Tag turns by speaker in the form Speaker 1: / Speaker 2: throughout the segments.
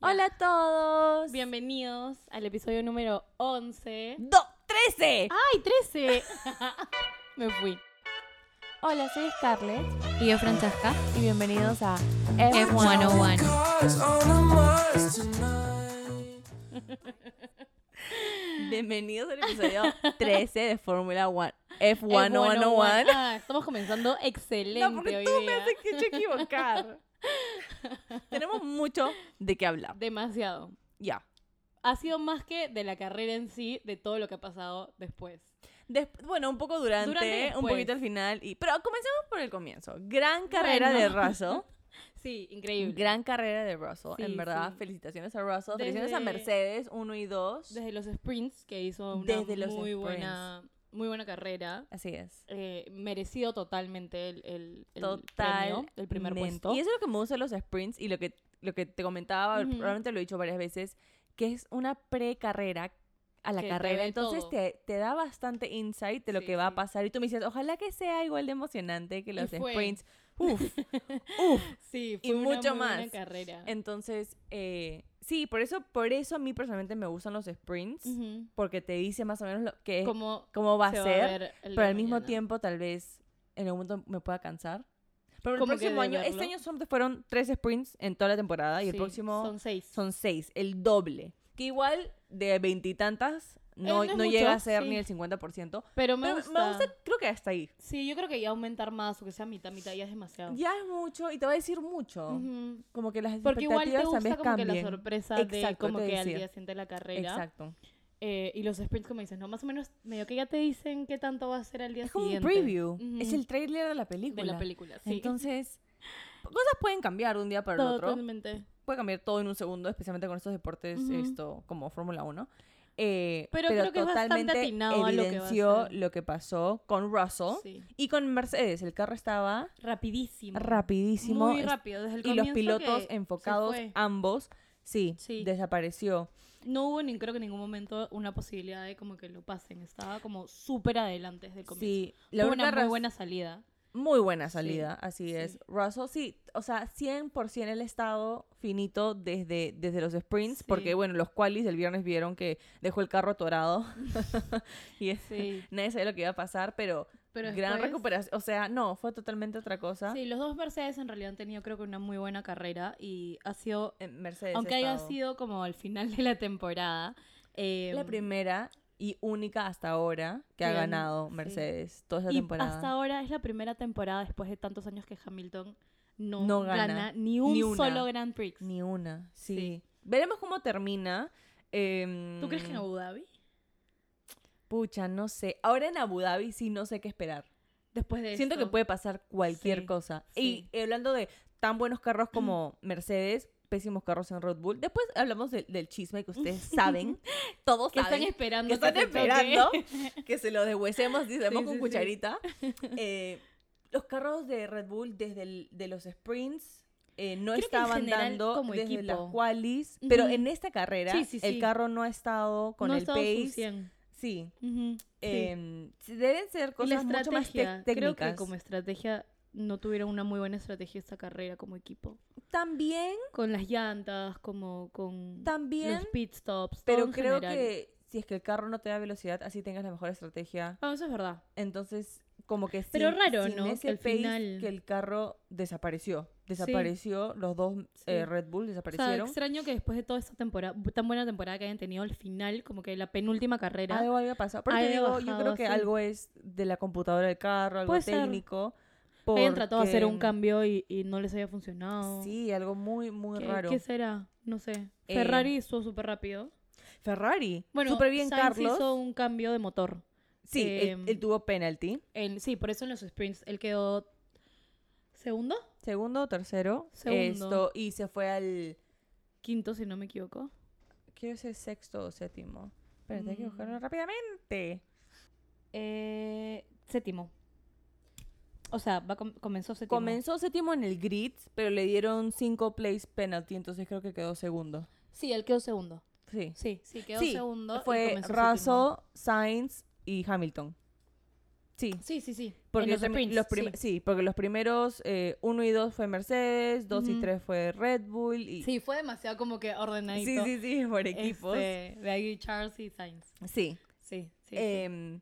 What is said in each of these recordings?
Speaker 1: Hola a todos.
Speaker 2: Bienvenidos al episodio número 11.
Speaker 1: Do 13.
Speaker 2: ¡Ay, 13! Me fui.
Speaker 1: Hola, soy Scarlett
Speaker 3: Y yo, Francesca,
Speaker 1: y bienvenidos a
Speaker 3: F101.
Speaker 1: Bienvenidos al episodio 13 de Fórmula 1
Speaker 2: F101.
Speaker 1: F101.
Speaker 2: Ah, estamos comenzando excelente
Speaker 1: No, porque
Speaker 2: hoy
Speaker 1: tú me
Speaker 2: día.
Speaker 1: haces que yo equivocar. Tenemos mucho de qué hablar.
Speaker 2: Demasiado.
Speaker 1: Ya.
Speaker 2: Ha sido más que de la carrera en sí, de todo lo que ha pasado después.
Speaker 1: Des- bueno, un poco durante,
Speaker 2: Durante y
Speaker 1: un
Speaker 2: después.
Speaker 1: poquito al final. Y, pero comencemos por el comienzo. Gran carrera
Speaker 2: Bueno.
Speaker 1: de Russell.
Speaker 2: Sí, increíble.
Speaker 1: Gran carrera de Russell.
Speaker 2: Sí,
Speaker 1: en verdad,
Speaker 2: sí.
Speaker 1: felicitaciones a Russell. Felicitaciones a
Speaker 2: Desde-
Speaker 1: Mercedes 1 y 2.
Speaker 2: Desde los sprints que hizo una
Speaker 1: Desde los
Speaker 2: muy
Speaker 1: sprints.
Speaker 2: buena muy buena carrera.
Speaker 1: Así es.
Speaker 2: Eh, merecido totalmente el, el, el
Speaker 1: Total.
Speaker 2: premio, el primer puesto.
Speaker 1: Y eso es lo que me gusta de los sprints y lo que, lo que te comentaba,
Speaker 2: Ujú.
Speaker 1: probablemente lo he dicho varias veces, que es una precarrera a la
Speaker 2: Que te
Speaker 1: carrera.
Speaker 2: ve
Speaker 1: Entonces
Speaker 2: todo.
Speaker 1: te, te da bastante insight de lo
Speaker 2: Sí,
Speaker 1: que va
Speaker 2: sí.
Speaker 1: a pasar. Y tú me dices, ojalá que sea igual de emocionante que los
Speaker 2: fue.
Speaker 1: sprints. Uf, uf.
Speaker 2: Sí, fue
Speaker 1: y
Speaker 2: una
Speaker 1: mucho
Speaker 2: muy
Speaker 1: más.
Speaker 2: Buena carrera.
Speaker 1: Entonces, eh, sí, por eso, por eso a mí personalmente me gustan los sprints,
Speaker 2: Ujú.
Speaker 1: porque te dice más o menos lo que
Speaker 2: Como
Speaker 1: cómo va a
Speaker 2: se
Speaker 1: ser,
Speaker 2: ver el
Speaker 1: pero
Speaker 2: día
Speaker 1: al mismo
Speaker 2: mañana.
Speaker 1: tiempo tal vez en algún momento me pueda cansar. Pero el
Speaker 2: Como que
Speaker 1: próximo
Speaker 2: de
Speaker 1: año, este
Speaker 2: verlo.
Speaker 1: año son- fueron tres sprints en toda la temporada y el
Speaker 2: Sí,
Speaker 1: próximo son,
Speaker 2: son seis.
Speaker 1: seis, el doble. Que igual de veintitantas no,
Speaker 2: Eh, no es
Speaker 1: no llega a
Speaker 2: mucho,
Speaker 1: ser
Speaker 2: sí.
Speaker 1: ni el 50%.
Speaker 2: pero me
Speaker 1: Pero
Speaker 2: gusta.
Speaker 1: me gusta, creo que hasta ahí.
Speaker 2: Sí, yo creo que ya aumentar más o que sea mitad, mitad ya es demasiado.
Speaker 1: Ya es mucho y te va a decir mucho.
Speaker 2: Ujú.
Speaker 1: Como que las
Speaker 2: Porque igual te
Speaker 1: expectativas
Speaker 2: gusta
Speaker 1: también
Speaker 2: como
Speaker 1: cambien.
Speaker 2: que la sorpresa de
Speaker 1: Exacto,
Speaker 2: como
Speaker 1: te
Speaker 2: que al
Speaker 1: decía.
Speaker 2: día siguiente de la carrera.
Speaker 1: Exacto.
Speaker 2: Eh, y los sprints, como dices, no, más o menos medio que ya te dicen qué tanto va a ser al día
Speaker 1: Es como un
Speaker 2: siguiente.
Speaker 1: preview.
Speaker 2: Ujú.
Speaker 1: Es el trailer de la
Speaker 2: de
Speaker 1: película.
Speaker 2: la película. Sí.
Speaker 1: Entonces, cosas pueden cambiar de un día para el otro.
Speaker 2: Totalmente.
Speaker 1: puede cambiar todo en un segundo, especialmente con estos deportes
Speaker 2: Ujú.
Speaker 1: esto como Fórmula 1. Eh,
Speaker 2: Pero creo que es bastante
Speaker 1: totalmente
Speaker 2: atinado a lo que va a
Speaker 1: evidenció
Speaker 2: ser.
Speaker 1: lo que pasó con Russell
Speaker 2: Sí.
Speaker 1: y con Mercedes. El carro estaba
Speaker 2: Rapidísimo.
Speaker 1: rapidísimo
Speaker 2: Muy
Speaker 1: es-
Speaker 2: rápido. Desde el
Speaker 1: y los
Speaker 2: comienzo
Speaker 1: pilotos
Speaker 2: que se
Speaker 1: enfocados
Speaker 2: fue.
Speaker 1: ambos. Sí,
Speaker 2: Sí.
Speaker 1: desapareció.
Speaker 2: No hubo ni creo que en ningún momento una posibilidad de como que lo pasen. Estaba como súper adelante desde el comienzo.
Speaker 1: Sí, la
Speaker 2: Fue
Speaker 1: única
Speaker 2: una muy
Speaker 1: raz-
Speaker 2: buena salida.
Speaker 1: muy buena
Speaker 2: Sí,
Speaker 1: salida, así es.
Speaker 2: sí.
Speaker 1: Russell, sí, o sea, 100% el estado finito desde, desde los sprints,
Speaker 2: Sí.
Speaker 1: porque bueno, los qualis el viernes vieron que dejó el carro atorado y es-
Speaker 2: Sí.
Speaker 1: nadie sabía lo que iba a pasar, pero
Speaker 2: Pero
Speaker 1: gran
Speaker 2: después-
Speaker 1: recuperación. O sea, no, fue totalmente otra cosa.
Speaker 2: Sí, los dos Mercedes en realidad han tenido creo que una muy buena carrera y ha sido,
Speaker 1: Eh, Mercedes.
Speaker 2: aunque haya
Speaker 1: estado-
Speaker 2: sido como al final de la temporada, eh,
Speaker 1: la primera y única hasta ahora que ha
Speaker 2: que ganó,
Speaker 1: ganado
Speaker 2: sí.
Speaker 1: Mercedes toda esa
Speaker 2: y
Speaker 1: temporada.
Speaker 2: hasta ahora es la primera temporada después de tantos años que Hamilton no,
Speaker 1: No gana,
Speaker 2: gana, ni un
Speaker 1: ni una.
Speaker 2: solo Grand Prix.
Speaker 1: Ni una, sí.
Speaker 2: Sí.
Speaker 1: Veremos cómo termina. em,
Speaker 2: ¿Tú crees que en
Speaker 1: no?
Speaker 2: Abu Dhabi?
Speaker 1: Pucha, no sé. Ahora en Abu Dhabi sí no sé qué esperar.
Speaker 2: Después de
Speaker 1: Siento que
Speaker 2: esto.
Speaker 1: puede pasar cualquier
Speaker 2: Sí,
Speaker 1: cosa.
Speaker 2: sí.
Speaker 1: Y eh, hablando de tan buenos carros como Mercedes, pésimos carros en Red Bull. Después hablamos del- del chisme que ustedes saben, todos
Speaker 2: que están
Speaker 1: saben,
Speaker 2: esperando.
Speaker 1: que están
Speaker 2: se toque.
Speaker 1: esperando que se los deshuesemos, digamos
Speaker 2: Sí,
Speaker 1: con
Speaker 2: sí, sí.
Speaker 1: cucharita. Eh, los carros de Red Bull desde el- de los sprints eh, no
Speaker 2: Creo que en
Speaker 1: estaban
Speaker 2: general
Speaker 1: dando
Speaker 2: como
Speaker 1: desde
Speaker 2: equipo.
Speaker 1: las qualis, pero
Speaker 2: Ujú.
Speaker 1: en esta carrera
Speaker 2: Sí, sí,
Speaker 1: el
Speaker 2: sí.
Speaker 1: carro no ha estado con
Speaker 2: No ha
Speaker 1: el
Speaker 2: estado su
Speaker 1: pace.
Speaker 2: 100.
Speaker 1: Sí,
Speaker 2: Ujú, sí.
Speaker 1: Em, sí, deben ser
Speaker 2: Y la
Speaker 1: cosas mucho más tec-
Speaker 2: estrategia,
Speaker 1: técnicas.
Speaker 2: Creo que como estrategia no tuvieron una muy buena estrategia esta carrera como equipo.
Speaker 1: También,
Speaker 2: Con las llantas, como con
Speaker 1: también,
Speaker 2: los pit stops, todo
Speaker 1: pero
Speaker 2: en
Speaker 1: creo
Speaker 2: general.
Speaker 1: que si es que el carro no te da velocidad, así tengas la mejor estrategia.
Speaker 2: Ah, eso es verdad.
Speaker 1: Entonces, como que
Speaker 2: Pero
Speaker 1: sin-
Speaker 2: raro,
Speaker 1: sin
Speaker 2: ¿no?
Speaker 1: ese
Speaker 2: Que al
Speaker 1: pace
Speaker 2: final-
Speaker 1: que el carro desapareció. Desapareció, los dos
Speaker 2: Sí.
Speaker 1: eh, Red Bull
Speaker 2: O sea,
Speaker 1: desaparecieron.
Speaker 2: extraño que después de toda esta temporada, tan buena temporada que hayan tenido, al final, como que la penúltima carrera.
Speaker 1: algo había pasado. Pero te
Speaker 2: Algo
Speaker 1: digo, yo
Speaker 2: bajado,
Speaker 1: creo que
Speaker 2: sí.
Speaker 1: algo es de la computadora del carro, algo
Speaker 2: Puede ser.
Speaker 1: técnico.
Speaker 2: Hayan tratado de hacer un
Speaker 1: porque-
Speaker 2: cambio y, y no les haya funcionado.
Speaker 1: Sí, algo muy, muy
Speaker 2: ¿Qué,
Speaker 1: raro.
Speaker 2: qué será? No sé.
Speaker 1: Eh,
Speaker 2: Ferrari estuvo súper rápido.
Speaker 1: Ferrari.
Speaker 2: Bueno,
Speaker 1: súper bien,
Speaker 2: Sainz
Speaker 1: Carlos.
Speaker 2: hizo un cambio de motor.
Speaker 1: Sí, él,
Speaker 2: em,
Speaker 1: él tuvo penalty.
Speaker 2: En- sí, por eso en los sprints él quedó segundo,
Speaker 1: Segundo o tercero.
Speaker 2: Segundo.
Speaker 1: Esto, y se fue al.
Speaker 2: quinto si no me equivoco.
Speaker 1: Quiero ser sexto o séptimo. Pero hay que
Speaker 2: Mm.
Speaker 1: buscarlo rápidamente.
Speaker 2: Eh, séptimo. O sea, va com- comenzó séptimo.
Speaker 1: Comenzó séptimo en el grid, pero le dieron cinco plays penalty, entonces creo que quedó segundo.
Speaker 2: Sí, él quedó segundo.
Speaker 1: Sí.
Speaker 2: Sí, sí, quedó
Speaker 1: Sí,
Speaker 2: segundo. y
Speaker 1: Fue
Speaker 2: comenzó séptimo.
Speaker 1: Russell, Sainz y Hamilton. Sí.
Speaker 2: Sí, sí, sí.
Speaker 1: Porque
Speaker 2: en los
Speaker 1: también
Speaker 2: sprints,
Speaker 1: los
Speaker 2: sí.
Speaker 1: prim- sí. porque los primeros 1 y 2 fue Mercedes, 2 y
Speaker 2: Ujú.
Speaker 1: 3 fue Red Bull.
Speaker 2: sí.
Speaker 1: Y...
Speaker 2: fue demasiado como que ordenadito.
Speaker 1: sí, sí, sí, por equipos.
Speaker 2: Este, de ahí Charles y Sainz.
Speaker 1: Sí.
Speaker 2: Sí, sí, sí.
Speaker 1: Em,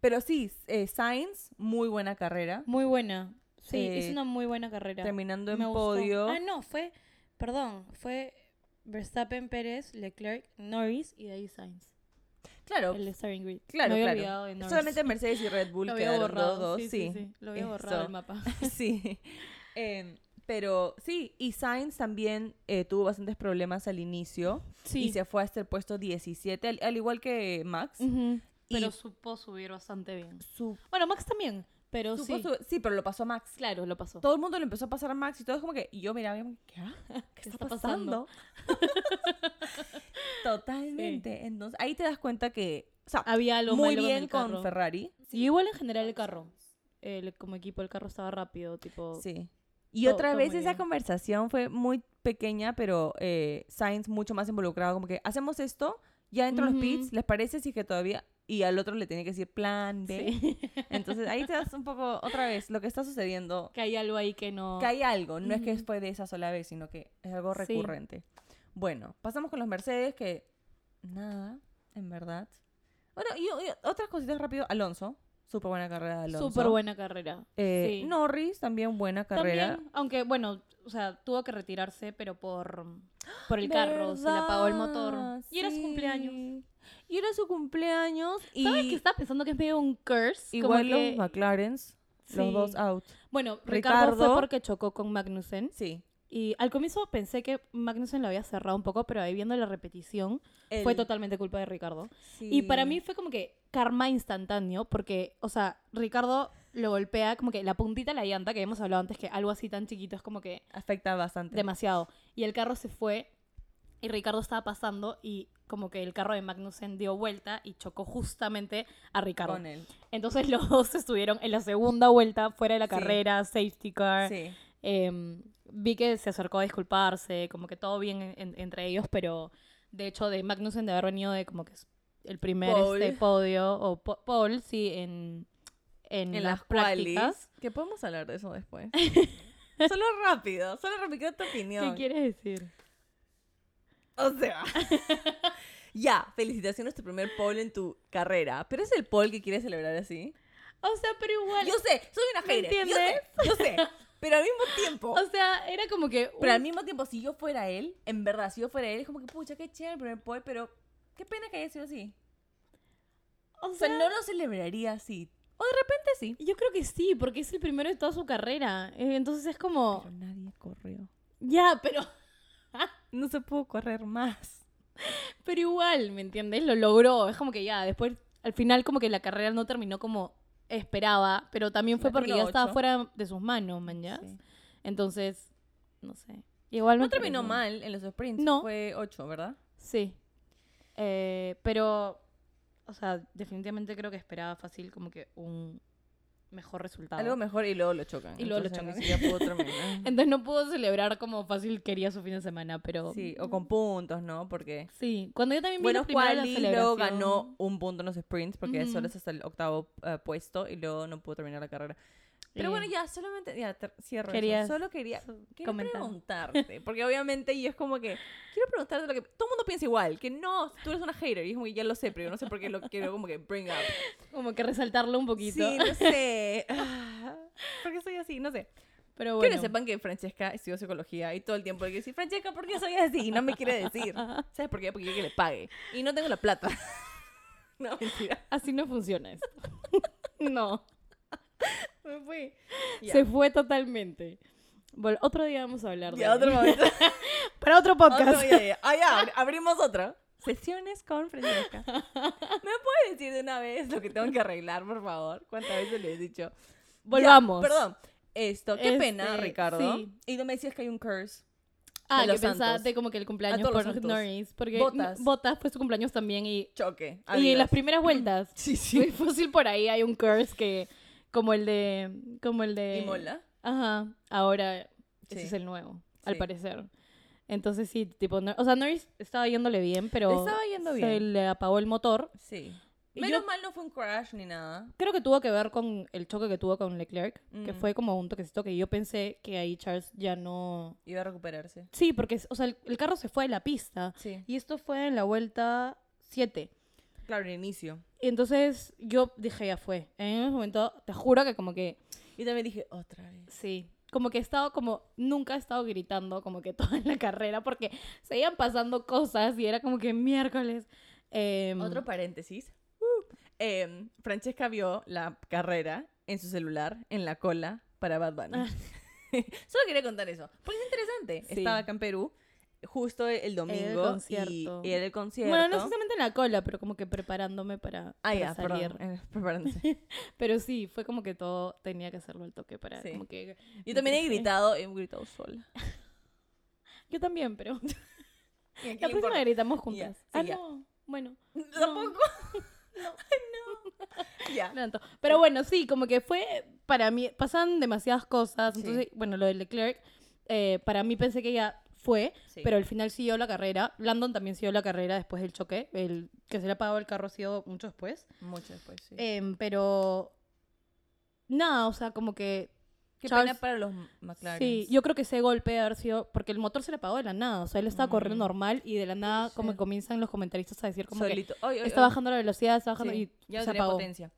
Speaker 1: pero sí, eh, Sainz, muy buena carrera.
Speaker 2: Muy buena. Sí,
Speaker 1: eh,
Speaker 2: hizo una muy buena carrera.
Speaker 1: Terminando en
Speaker 2: Me gustó.
Speaker 1: podio.
Speaker 2: Ah, no, fue. Perdón, fue Verstappen, Pérez, Leclerc, Norris y de ahí Sainz.
Speaker 1: Claro,
Speaker 2: El starting grid.
Speaker 1: claro,
Speaker 2: Me había olvidado de
Speaker 1: claro.
Speaker 2: Norris.
Speaker 1: Solamente Mercedes y Red Bull
Speaker 2: lo había
Speaker 1: quedaron
Speaker 2: borrado.
Speaker 1: los dos.
Speaker 2: sí, sí, sí. Lo había borrado
Speaker 1: Eso.
Speaker 2: el mapa.
Speaker 1: Sí. Em, pero sí, y Sainz también eh, tuvo bastantes problemas al inicio
Speaker 2: Sí.
Speaker 1: y se fue hasta el puesto 17, al, al igual que Max.
Speaker 2: Ujú,
Speaker 1: Y-
Speaker 2: Pero supo subir bastante bien.
Speaker 1: Su-
Speaker 2: Bueno, Max también. Pero
Speaker 1: supo
Speaker 2: sí.
Speaker 1: su- sí. pero lo pasó a Max.
Speaker 2: Claro, lo pasó.
Speaker 1: Todo el mundo lo empezó a pasar a Max y todo es como que y yo miraba y como, ¿qué? ¿Qué,
Speaker 2: ¿Qué
Speaker 1: está,
Speaker 2: está
Speaker 1: pasando?
Speaker 2: pasando?
Speaker 1: Totalmente. Entonces, ahí te das cuenta que, o sea,
Speaker 2: Había algo
Speaker 1: muy
Speaker 2: malo con
Speaker 1: bien
Speaker 2: el
Speaker 1: con
Speaker 2: carro.
Speaker 1: Ferrari.
Speaker 2: Y igual en general el carro. El, como equipo, el carro estaba rápido, tipo.
Speaker 1: Sí. Y
Speaker 2: Todo-
Speaker 1: otra
Speaker 2: todo
Speaker 1: vez
Speaker 2: muy
Speaker 1: esa
Speaker 2: bien.
Speaker 1: conversación fue muy pequeña, pero eh, Sainz mucho más involucrado, como que hacemos esto, ya entro a los
Speaker 2: Ujú.
Speaker 1: pits, ¿les parece? Si es que todavía... Y al otro le tiene que decir plan B.
Speaker 2: Sí.
Speaker 1: Entonces ahí te das un poco, otra vez, lo que está sucediendo,
Speaker 2: que hay algo ahí que no.
Speaker 1: que hay algo, no es que
Speaker 2: Ujú.
Speaker 1: fue de esa sola vez, sino que es algo
Speaker 2: Sí.
Speaker 1: recurrente. Bueno, pasamos con los Mercedes, que nada, en verdad. Bueno, y, y otras cositas rápido, Alonso, súper buena carrera de Alonso.
Speaker 2: Súper buena carrera.
Speaker 1: Eh,
Speaker 2: sí.
Speaker 1: Norris, también buena carrera.
Speaker 2: También, aunque bueno, o sea, tuvo que retirarse, pero por, por el carro, se le apagó el motor. Y era su cumpleaños.
Speaker 1: Y era su cumpleaños. Y
Speaker 2: ¿Sabes que estaba pensando que es medio un curse? Como
Speaker 1: igual
Speaker 2: que-
Speaker 1: los McLaren, los
Speaker 2: Sí.
Speaker 1: dos out.
Speaker 2: Bueno, Ricardo,
Speaker 1: Ricardo.
Speaker 2: fue porque chocó con Magnussen.
Speaker 1: Sí.
Speaker 2: Y al comienzo pensé que Magnussen lo había cerrado un poco, pero ahí viendo la repetición, fue totalmente culpa de Ricardo. Y para mí fue como que karma instantáneo, porque, o sea, Ricardo lo golpea como que la puntita de la llanta, que hemos hablado antes, que algo así tan chiquito es como que
Speaker 1: afecta bastante.
Speaker 2: demasiado. Y el carro se fue y Ricardo estaba pasando y como que el carro de Magnussen dio vuelta y chocó justamente a Ricardo.
Speaker 1: con él.
Speaker 2: Entonces los dos estuvieron en la segunda vuelta fuera de la
Speaker 1: Sí.
Speaker 2: carrera, safety car.
Speaker 1: Sí.
Speaker 2: Em, vi que se acercó a disculparse, como que todo bien en- en- entre ellos, pero de hecho de Magnussen de haber venido de como que es el primer
Speaker 1: Pole.
Speaker 2: este podio, o po- pole, sí, en, en,
Speaker 1: En
Speaker 2: las,
Speaker 1: las cuales.
Speaker 2: prácticas.
Speaker 1: Que podemos hablar de eso después. solo rápido, solo rápido tu opinión.
Speaker 2: ¿Qué quieres decir?
Speaker 1: O sea. ya, felicitaciones tu primer pole en tu carrera. Pero es el pole que quieres celebrar así.
Speaker 2: O sea, pero igual...
Speaker 1: Yo sé, soy una
Speaker 2: ¿Me
Speaker 1: hater. Yo sé,
Speaker 2: entiendes?
Speaker 1: yo sé. Pero al mismo tiempo.
Speaker 2: O sea, era como que...
Speaker 1: Pero
Speaker 2: un-
Speaker 1: al mismo tiempo, si yo fuera él, en verdad, si yo fuera él, es como que, pucha, qué chévere el primer pole, pero qué pena que haya sido así.
Speaker 2: o
Speaker 1: O sea,
Speaker 2: sea,
Speaker 1: no lo celebraría así. O de repente sí.
Speaker 2: Yo creo que sí, porque es el primero de toda su carrera. Eh, Entonces es como,
Speaker 1: Pero nadie corrió.
Speaker 2: ya, pero,
Speaker 1: No se pudo correr más.
Speaker 2: pero igual, ¿me entiendes? Lo logró. Es como que ya, después, al final como que la carrera no terminó como esperaba, pero también
Speaker 1: Sí,
Speaker 2: fue
Speaker 1: la
Speaker 2: porque ya
Speaker 1: terminó
Speaker 2: estaba
Speaker 1: ocho.
Speaker 2: fuera de sus manos, man, ¿ya?
Speaker 1: Sí.
Speaker 2: Entonces, no sé. Igual me
Speaker 1: No terminó
Speaker 2: parece-
Speaker 1: mal en los sprints.
Speaker 2: No.
Speaker 1: Fue 8, ¿verdad?
Speaker 2: Sí. Eh, pero, o sea, definitivamente creo que esperaba fácil como que un mejor resultado.
Speaker 1: Algo mejor y luego lo chocan.
Speaker 2: Y luego lo
Speaker 1: Entonces,
Speaker 2: chocan.
Speaker 1: ni siquiera pudo terminar.
Speaker 2: Entonces no pudo celebrar como fácil quería su fin de semana, pero...
Speaker 1: sí, o con puntos, ¿no? Porque.
Speaker 2: Sí, cuando yo también vi
Speaker 1: Bueno,
Speaker 2: los primeros la
Speaker 1: Quali luego
Speaker 2: celebración-
Speaker 1: ganó un punto en los sprints porque
Speaker 2: Ujú.
Speaker 1: solo es hasta el octavo eh, puesto y luego no pudo terminar la carrera. Pero
Speaker 2: Sí.
Speaker 1: bueno, ya solamente. Ya ter- cierro. eso.
Speaker 2: Querías
Speaker 1: Solo quería.
Speaker 2: su-
Speaker 1: Quería
Speaker 2: comentar.
Speaker 1: preguntarte, porque obviamente yo es como que quiero preguntarte lo que todo el mundo piensa igual, que no, tú eres una hater y es como que ya lo sé, pero yo no sé por qué lo quiero como que bring up.
Speaker 2: Como que resaltarlo un poquito.
Speaker 1: Sí, no sé. Ah, ¿Por qué soy así? No sé.
Speaker 2: pero bueno.
Speaker 1: Quiero que sepan que Francesca estudió psicología y todo el tiempo hay que decir, Francesca, ¿por qué soy así? Y no me quiere decir. ¿Sabes por qué? Porque quiere que le pague. Y no tengo la plata. No, mentira.
Speaker 2: Así no funciona esto. no,
Speaker 1: Me fui. Ya.
Speaker 2: se fue totalmente. Vol- otro día vamos a hablar de
Speaker 1: Ya, otro momento.
Speaker 2: Para otro podcast.
Speaker 1: Otro, ya, ya. Ah, ya, abri- abrimos otro. Sesiones con Francesca. ¿Me puedes decir de una vez lo que tengo que arreglar, por favor? ¿Cuántas veces le he dicho?
Speaker 2: Volvamos.
Speaker 1: Ya, perdón. Esto, qué
Speaker 2: Este,
Speaker 1: pena, Ricardo.
Speaker 2: sí.
Speaker 1: Y no me decías que hay un curse.
Speaker 2: Ah,
Speaker 1: de
Speaker 2: que
Speaker 1: los santos.
Speaker 2: pensaste como que el
Speaker 1: A
Speaker 2: cumpleaños
Speaker 1: todos los
Speaker 2: por
Speaker 1: santos.
Speaker 2: Norris. Porque
Speaker 1: Botas.
Speaker 2: n- Botas fue su cumpleaños también y,
Speaker 1: Choque.
Speaker 2: y
Speaker 1: Adidas.
Speaker 2: las primeras vueltas.
Speaker 1: Sí,
Speaker 2: Muy
Speaker 1: sí.
Speaker 2: fácil por ahí hay un curse que como el de como el de
Speaker 1: Y mola.
Speaker 2: Ajá, ahora
Speaker 1: Sí.
Speaker 2: ese es el nuevo, al
Speaker 1: Sí.
Speaker 2: parecer. Entonces sí, tipo, no- o sea, Norris estaba yéndole bien, pero
Speaker 1: Le estaba yendo
Speaker 2: se
Speaker 1: bien.
Speaker 2: le apagó el motor
Speaker 1: Sí.
Speaker 2: Y
Speaker 1: Menos
Speaker 2: yo
Speaker 1: mal no fue un crash ni nada.
Speaker 2: creo que tuvo que ver con el choque que tuvo con Leclerc, que
Speaker 1: Mm.
Speaker 2: fue como un toquecito que yo pensé que ahí Charles ya no...
Speaker 1: Iba a recuperarse.
Speaker 2: Sí, porque, o sea, el, el carro se fue de la pista.
Speaker 1: Sí.
Speaker 2: Y esto fue en la vuelta 7.
Speaker 1: Claro, el inicio.
Speaker 2: Y entonces yo dije, ya fue. En ese momento, te juro que como que,
Speaker 1: Y también dije, otra vez.
Speaker 2: sí, como que he estado como, nunca he estado gritando como que toda la carrera porque se iban pasando cosas y era como que miércoles. Em,
Speaker 1: Otro paréntesis. Em, Francesca vio la carrera en su celular, en la cola, para Bad Bunny. Solo quería contar eso, porque es interesante.
Speaker 2: Sí.
Speaker 1: Estaba acá en Perú justo el domingo y,
Speaker 2: concierto.
Speaker 1: y era el concierto.
Speaker 2: bueno, no exactamente en la cola, pero como que preparándome para,
Speaker 1: Ah,
Speaker 2: para
Speaker 1: ya, perdón,
Speaker 2: salir.
Speaker 1: eh, preparándose.
Speaker 2: Pero sí, fue como que todo tenía que hacerlo al toque para
Speaker 1: Sí.
Speaker 2: como que...
Speaker 1: Yo también he gritado, he gritado sola.
Speaker 2: Yo también, pero
Speaker 1: ¿Y a
Speaker 2: la
Speaker 1: quién le
Speaker 2: próxima
Speaker 1: importa?
Speaker 2: gritamos juntas.
Speaker 1: sí,
Speaker 2: ah,
Speaker 1: ya.
Speaker 2: no. Bueno.
Speaker 1: Tampoco. Ay, no. Ya.
Speaker 2: tanto. Pero bueno, sí, como que fue para mí, pasan demasiadas cosas. Entonces, bueno, lo de Leclerc, eh, para mí pensé que ya fue,
Speaker 1: Sí.
Speaker 2: pero al final siguió la carrera. Landon también siguió la carrera después del choque. El que se le apagó el carro ha sido mucho después.
Speaker 1: Mucho después, sí.
Speaker 2: Em, pero nada, o sea, como que.
Speaker 1: Qué
Speaker 2: Charles-
Speaker 1: pena para los McLaren.
Speaker 2: Sí, yo creo que ese golpe de haber sido porque el motor se le apagó de la nada, o sea, él estaba corriendo
Speaker 1: Mm.
Speaker 2: normal y de la nada como
Speaker 1: ser.
Speaker 2: que comienzan los comentaristas a decir como
Speaker 1: solito. Ay,
Speaker 2: que
Speaker 1: ay,
Speaker 2: está
Speaker 1: ay.
Speaker 2: bajando la velocidad, está bajando
Speaker 1: Sí,
Speaker 2: y
Speaker 1: ya no
Speaker 2: se
Speaker 1: tenía
Speaker 2: apagó.
Speaker 1: potencia.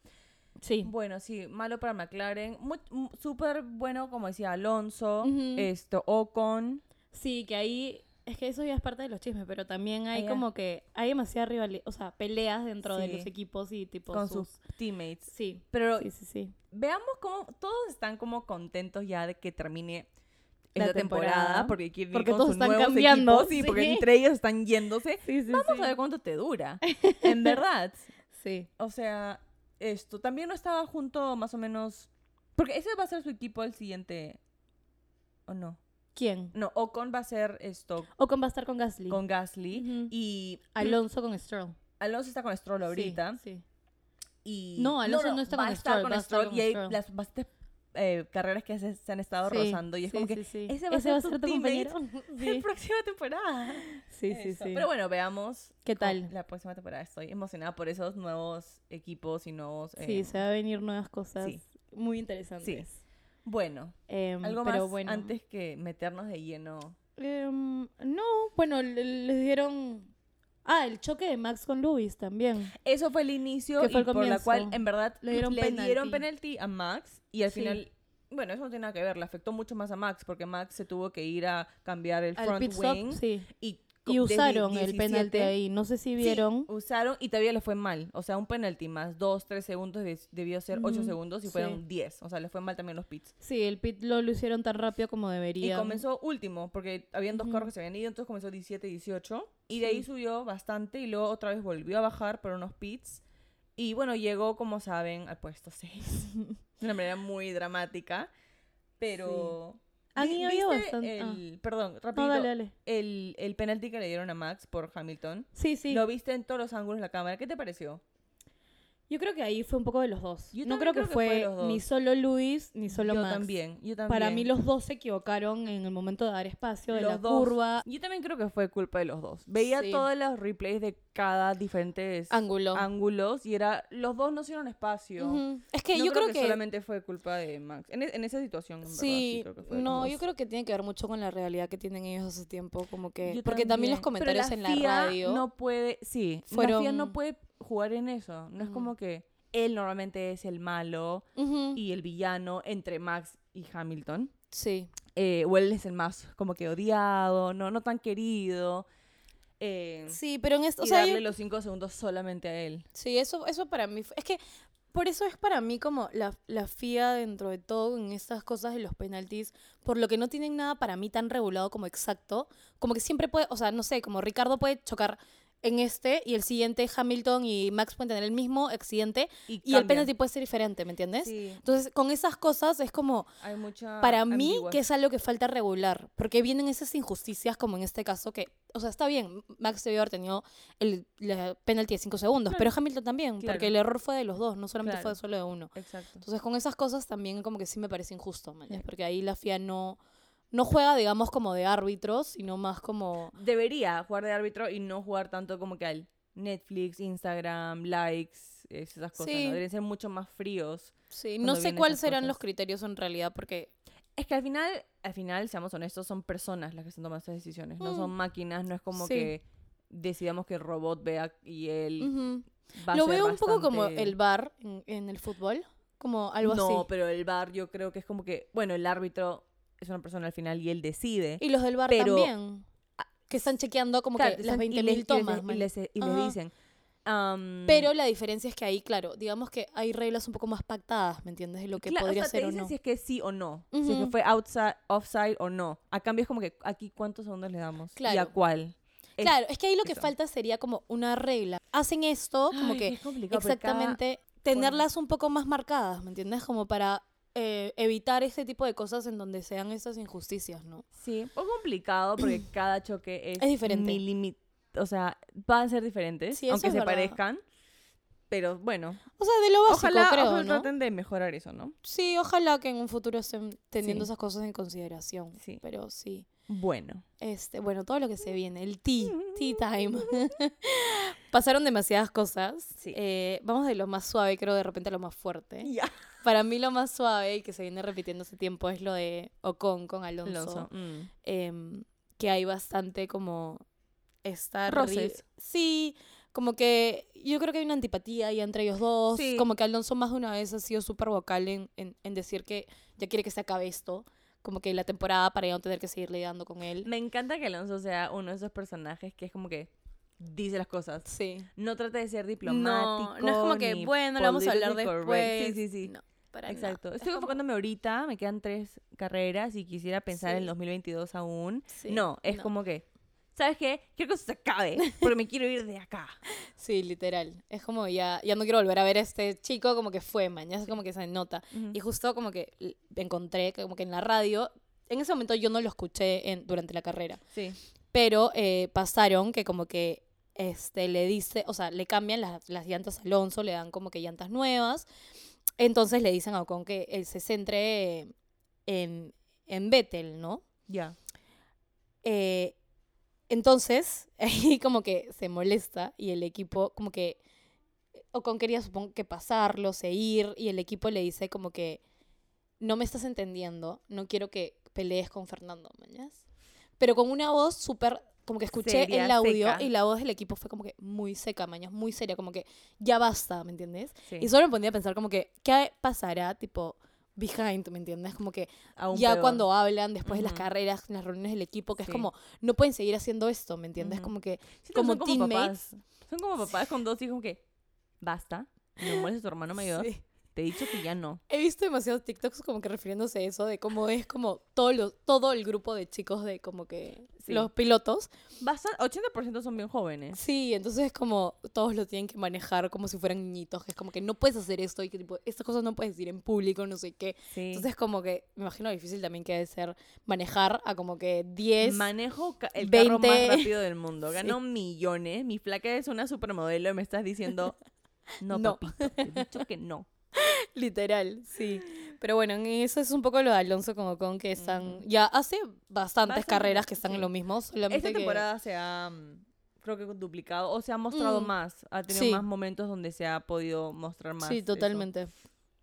Speaker 2: Sí.
Speaker 1: Bueno, sí, malo para McLaren. Mu- mu- Súper bueno, como decía Alonso,
Speaker 2: Ujú.
Speaker 1: esto, Ocon.
Speaker 2: Sí, que ahí es que eso ya es parte de los chismes, pero también hay
Speaker 1: Ah, ya.
Speaker 2: como que hay demasiada rivalidad, o sea, peleas dentro de
Speaker 1: Sí.
Speaker 2: los equipos y tipo
Speaker 1: con
Speaker 2: sus...
Speaker 1: sus Oh. teammates.
Speaker 2: Sí.
Speaker 1: Pero
Speaker 2: Sí, sí, sí.
Speaker 1: veamos cómo todos están como contentos ya de que termine
Speaker 2: La
Speaker 1: esta temporada,
Speaker 2: temporada.
Speaker 1: porque quieren ir
Speaker 2: Porque
Speaker 1: con
Speaker 2: todos
Speaker 1: sus
Speaker 2: están
Speaker 1: nuevos
Speaker 2: cambiando,
Speaker 1: equipos, sí, porque
Speaker 2: sí.
Speaker 1: entre ellos están yéndose.
Speaker 2: Sí, sí,
Speaker 1: Vamos a ver cuánto te dura. En verdad,
Speaker 2: Sí.
Speaker 1: o sea, esto también no estaba junto más o menos porque ese va a ser su equipo el siguiente o no.
Speaker 2: ¿Quién?
Speaker 1: No, Ocon va a ser esto
Speaker 2: Ocon va a estar con Gasly.
Speaker 1: con Gasly
Speaker 2: Ujú.
Speaker 1: y
Speaker 2: Alonso con Stroll.
Speaker 1: Alonso está con Stroll
Speaker 2: Sí,
Speaker 1: ahorita
Speaker 2: Sí.
Speaker 1: y
Speaker 2: No, Alonso no está
Speaker 1: va
Speaker 2: con
Speaker 1: a estar
Speaker 2: Stroll, va a estar con
Speaker 1: y hay
Speaker 2: Stroll.
Speaker 1: las bastantes eh, carreras que se, se han estado
Speaker 2: Sí,
Speaker 1: rozando y es
Speaker 2: sí,
Speaker 1: como que
Speaker 2: sí, sí.
Speaker 1: ese va a ser tu teammate
Speaker 2: Sí.
Speaker 1: la próxima temporada.
Speaker 2: sí, sí,
Speaker 1: Eso.
Speaker 2: sí.
Speaker 1: Pero bueno, veamos
Speaker 2: ¿Qué
Speaker 1: cómo-
Speaker 2: tal?
Speaker 1: la próxima temporada. Estoy emocionada por esos nuevos equipos y nuevos.
Speaker 2: Sí,
Speaker 1: eh,
Speaker 2: se va a venir nuevas cosas
Speaker 1: sí.
Speaker 2: muy interesantes.
Speaker 1: Bueno,
Speaker 2: Em,
Speaker 1: algo
Speaker 2: pero
Speaker 1: más
Speaker 2: bueno.
Speaker 1: antes que meternos de lleno.
Speaker 2: Em, no, bueno, le- les dieron... Ah, el choque de Max con Lewis también.
Speaker 1: Eso fue el inicio
Speaker 2: Que
Speaker 1: y
Speaker 2: fue el
Speaker 1: por la
Speaker 2: comienzo.
Speaker 1: cual, en verdad,
Speaker 2: Le dieron penalti.
Speaker 1: penalti a Max y al
Speaker 2: Sí.
Speaker 1: final. Bueno, eso no tiene nada que ver, le afectó mucho más a Max porque Max se tuvo que ir a cambiar el
Speaker 2: Al
Speaker 1: front
Speaker 2: pit stop,
Speaker 1: wing
Speaker 2: sí.
Speaker 1: y,
Speaker 2: Y
Speaker 1: desde
Speaker 2: usaron el
Speaker 1: 17
Speaker 2: penalti ahí. No sé si
Speaker 1: Sí,
Speaker 2: vieron.
Speaker 1: usaron y todavía le fue mal. O sea, un penalti más 2, 3 segundos de- debió ser 8
Speaker 2: Ujú,
Speaker 1: segundos y
Speaker 2: sí.
Speaker 1: fueron 10. O sea, le fue mal también los pits.
Speaker 2: Sí, el pit lo, lo hicieron tan rápido como
Speaker 1: Y
Speaker 2: debería.
Speaker 1: comenzó último, porque habían dos
Speaker 2: Ujú.
Speaker 1: carros que se habían ido, entonces comenzó 17, 18. Y de ahí
Speaker 2: Sí.
Speaker 1: subió bastante y luego otra vez volvió a bajar por unos pits. Y bueno, llegó, como saben, al puesto 6. De una manera muy dramática. Pero...
Speaker 2: Han
Speaker 1: ¿vi-
Speaker 2: habido
Speaker 1: viste
Speaker 2: bastante- ah.
Speaker 1: el- Perdón,
Speaker 2: No,
Speaker 1: rapidito.
Speaker 2: dale, dale.
Speaker 1: El, el penalti que le dieron a Max por Hamilton.
Speaker 2: Sí, sí.
Speaker 1: Lo viste en todos los ángulos de la cámara. ¿Qué te pareció?
Speaker 2: Yo creo que ahí fue un poco de los dos.
Speaker 1: Yo
Speaker 2: no
Speaker 1: también
Speaker 2: creo que,
Speaker 1: creo que
Speaker 2: fue
Speaker 1: fue de los dos.
Speaker 2: ni solo Luis ni solo
Speaker 1: yo
Speaker 2: Max.
Speaker 1: también, yo también.
Speaker 2: Para mí los dos se equivocaron en el momento de dar espacio de
Speaker 1: Los
Speaker 2: la
Speaker 1: dos.
Speaker 2: curva.
Speaker 1: Yo también creo que fue culpa de los dos. Veía
Speaker 2: Sí.
Speaker 1: todos los replays de cada diferentes
Speaker 2: Ángulo.
Speaker 1: ángulos y era los dos no hicieron espacio.
Speaker 2: Ujú. Es que
Speaker 1: No
Speaker 2: yo creo que,
Speaker 1: solamente fue culpa de Max. En, e- en esa situación, en verdad,
Speaker 4: Sí,
Speaker 1: creo que fue de los
Speaker 4: no,
Speaker 1: dos.
Speaker 4: yo creo que tiene que ver mucho con la realidad que tienen ellos hace tiempo, como que...
Speaker 1: Yo
Speaker 4: porque también los
Speaker 1: Pero
Speaker 4: comentarios en la
Speaker 1: FIA
Speaker 4: radio...
Speaker 1: no puede, sí, la FIA
Speaker 4: fueron-
Speaker 1: no puede jugar en eso. No es
Speaker 4: Ujú.
Speaker 1: como que él normalmente es el malo
Speaker 4: Ujú,
Speaker 1: y el villano entre Max y Hamilton.
Speaker 4: Sí,
Speaker 1: eh, o él es el más como que odiado, no, no tan querido. eh,
Speaker 4: sí, pero en esto... O
Speaker 1: y
Speaker 4: sea, yo-
Speaker 1: darle los cinco segundos solamente a él.
Speaker 4: sí, eso, eso para mí... fue- Es que por eso es para mí como la, la FIA dentro de todo en estas cosas de los penaltis, por lo que no tienen nada para mí tan regulado como exacto, como que siempre puede, o sea, no sé, como Ricardo puede chocar en este y el siguiente Hamilton y Max pueden tener el mismo accidente
Speaker 1: Y,
Speaker 4: y el penalti puede ser diferente, ¿me entiendes? Entonces, con esas cosas es como...
Speaker 1: hay
Speaker 2: Ah,
Speaker 1: mucha.
Speaker 4: Para mí, que es algo que falta regular, porque vienen esas injusticias, como en este caso, que, o sea, está bien, Max debió haber tenido el, la penalti de 5 segundos,
Speaker 2: Hmm.
Speaker 4: pero Hamilton también,
Speaker 1: Claro.
Speaker 4: porque el error fue de los dos, no solamente
Speaker 1: Claro.
Speaker 4: fue solo de uno.
Speaker 1: Exacto.
Speaker 4: Entonces, con esas cosas también como que sí me parece injusto, ¿me entiendes? porque ahí la FIA no, no juega, digamos, como de árbitros, sino más como...
Speaker 1: Debería jugar de árbitro y no jugar tanto como que al Netflix, Instagram, likes, esas cosas.
Speaker 2: Sí.
Speaker 1: ¿no? Deberían ser mucho más fríos.
Speaker 2: Sí,
Speaker 1: cuando
Speaker 2: no sé
Speaker 1: vienen
Speaker 2: cuáles
Speaker 1: esas
Speaker 2: serán
Speaker 1: cosas.
Speaker 2: los criterios en realidad, porque
Speaker 1: Es que al final, al final, seamos honestos, son personas las que están tomando estas decisiones. No
Speaker 2: Mm.
Speaker 1: son máquinas, no es como
Speaker 2: Sí.
Speaker 1: que decidamos que el robot vea y él
Speaker 2: ujú.
Speaker 1: va a
Speaker 2: lo
Speaker 1: ser
Speaker 2: veo un poco como
Speaker 1: bastante-
Speaker 2: el bar en, en el fútbol, como algo
Speaker 1: no,
Speaker 2: así.
Speaker 1: pero el bar yo creo que es como que, bueno, el árbitro es una persona al final y él decide.
Speaker 2: Y los del bar
Speaker 1: pero-
Speaker 2: también, que están chequeando como
Speaker 1: Claro,
Speaker 2: que las
Speaker 1: están- y
Speaker 2: 20.000
Speaker 1: les- y les-
Speaker 2: tomas.
Speaker 1: Y
Speaker 2: man.
Speaker 1: les, eh, mm. y les
Speaker 2: Ajá.
Speaker 1: dicen. am,
Speaker 2: Pero la diferencia es que ahí, claro, digamos que hay reglas un poco más pactadas, ¿me entiendes? De lo que
Speaker 1: Claro, o
Speaker 2: podría
Speaker 1: sea, te
Speaker 2: ser o
Speaker 1: dicen
Speaker 2: no.
Speaker 1: si es que sí o no. Si es que
Speaker 2: Ujú.
Speaker 1: fue outside, offside o no. A cambio es como que aquí cuántos segundos le damos. Y a
Speaker 2: Claro.
Speaker 1: cuál. Es-
Speaker 2: Claro, es que ahí lo que
Speaker 1: eso.
Speaker 2: falta sería como una regla. Hacen esto, como
Speaker 1: Ay,
Speaker 2: que
Speaker 1: es complicado, porque cada-
Speaker 2: exactamente tenerlas un poco más marcadas, ¿me entiendes? Como para eh, evitar ese tipo de cosas en donde sean esas injusticias, ¿no?
Speaker 1: Sí, un poco complicado porque cada choque es,
Speaker 2: Es diferente.
Speaker 1: milimi- O sea, van a ser diferentes,
Speaker 2: Sí, eso
Speaker 1: aunque
Speaker 2: es
Speaker 1: se
Speaker 2: verdad.
Speaker 1: parezcan. Pero bueno,
Speaker 2: O sea, de lo básico,
Speaker 1: ojalá,
Speaker 2: creo,
Speaker 1: ojalá
Speaker 2: ¿no?
Speaker 1: traten de mejorar eso, ¿no?
Speaker 2: Sí, ojalá que en un futuro estén teniendo
Speaker 1: Sí.
Speaker 2: esas cosas en consideración.
Speaker 1: Sí.
Speaker 2: Pero sí.
Speaker 1: Bueno.
Speaker 2: Este, bueno, todo lo que se viene, el tea, tea time. Pasaron demasiadas cosas.
Speaker 1: Mm. Sí.
Speaker 2: Eh, vamos de lo más suave, creo, de repente a lo más fuerte.
Speaker 1: Ya.
Speaker 2: Para mí lo más suave y que se viene repitiendo hace tiempo es lo de Ocon con Alonso.
Speaker 1: Alonso. mm.
Speaker 2: em, que hay bastante como esta... ri-
Speaker 1: Roces.
Speaker 2: Sí, como que yo creo que hay una antipatía ahí entre ellos dos.
Speaker 1: Sí.
Speaker 2: Como que Alonso más de una vez ha sido súper vocal en, en- en decir que ya quiere que se acabe esto. Como que la temporada para ya no tener que seguir lidiando con él.
Speaker 1: Me encanta que Alonso sea uno de esos personajes que es como que dice las cosas.
Speaker 2: Sí.
Speaker 1: No trata de ser diplomático.
Speaker 2: No, no es como que,
Speaker 1: ni
Speaker 2: bueno, lo vamos a hablar
Speaker 1: politically
Speaker 2: después.
Speaker 1: correct. Sí, sí, sí.
Speaker 2: No, para nada.
Speaker 1: Exacto.
Speaker 2: Es
Speaker 1: Estoy
Speaker 2: como-
Speaker 1: enfocándome ahorita, me quedan tres carreras y quisiera pensar en
Speaker 2: Sí.
Speaker 1: 2022 aún.
Speaker 2: Sí,
Speaker 1: no, es
Speaker 2: no.
Speaker 1: como que, ¿sabes qué? Quiero que esto se acabe porque me quiero ir de acá.
Speaker 2: Sí, literal. Es como ya, ya no quiero volver a ver a este chico, como que fue, man. Ya es como que se nota.
Speaker 1: Ujú.
Speaker 2: Y justo como que l- encontré, que como que en la radio, en ese momento yo no lo escuché en, durante la carrera,
Speaker 1: Sí.
Speaker 2: pero eh, pasaron que como que este, le dice, o sea, le cambian las, las llantas a Alonso, le dan como que llantas nuevas. Entonces le dicen a Ocon que él se centre en, en Vettel, ¿no?
Speaker 1: Ya.
Speaker 2: Eh, entonces, ahí como que se molesta y el equipo como que... Ocon quería supongo que pasarlo, seguir, y el equipo le dice como que no me estás entendiendo, no quiero que pelees con Fernando Mañas. Pero con una voz súper, como que escuché
Speaker 1: Seria,
Speaker 2: el audio
Speaker 1: seca.
Speaker 2: y la voz del equipo fue como que muy seca, Mañas, muy seria, como que ya basta, ¿me entiendes?
Speaker 1: Sí.
Speaker 2: Y solo me ponía a pensar como que, ¿qué pasará tipo behind, ¿me entiendes? Como que
Speaker 1: Aún
Speaker 2: ya
Speaker 1: peor.
Speaker 2: cuando hablan después de las
Speaker 1: Ujú.
Speaker 2: carreras, en las reuniones del equipo, que
Speaker 1: Sí.
Speaker 2: es como, no pueden seguir haciendo esto, ¿me entiendes?
Speaker 1: Ujú.
Speaker 2: Como que,
Speaker 1: Siento que
Speaker 2: como
Speaker 1: son como
Speaker 2: teammates.
Speaker 1: papás. Son como papás con dos hijos que, basta, no molestes a tu hermano mayor.
Speaker 2: Sí.
Speaker 1: Te he dicho que ya no.
Speaker 2: He visto demasiados TikToks como que refiriéndose a eso, de cómo es como todo, lo- todo el grupo de chicos de como que
Speaker 1: Sí.
Speaker 2: los pilotos.
Speaker 1: Basta, 80% son bien jóvenes.
Speaker 2: Sí, entonces es como todos lo tienen que manejar como si fueran niñitos, que es como que no puedes hacer esto y que tipo, estas cosas no puedes decir en público, no sé qué.
Speaker 1: Sí.
Speaker 2: Entonces como que me imagino lo difícil también que debe ser manejar a como que 10...
Speaker 1: Manejo ca- el carro
Speaker 2: 20.
Speaker 1: más rápido del mundo.
Speaker 2: Sí.
Speaker 1: Gano millones. Mi flaca es una supermodelo y me estás diciendo, no,
Speaker 2: No.
Speaker 1: papito, te he dicho que no.
Speaker 2: Literal, sí. Pero bueno, en eso es un poco lo de Alonso con Ocon, que están ya hace bastantes
Speaker 1: Bastante,
Speaker 2: carreras que están
Speaker 1: sí.
Speaker 2: en lo mismo, solamente
Speaker 1: Esta
Speaker 2: que-
Speaker 1: temporada se ha, mm, creo que duplicado, o se ha mostrado
Speaker 2: Mm,
Speaker 1: más, ha tenido
Speaker 2: sí.
Speaker 1: más momentos donde se ha podido mostrar más.
Speaker 2: Sí,
Speaker 1: eso.
Speaker 2: totalmente.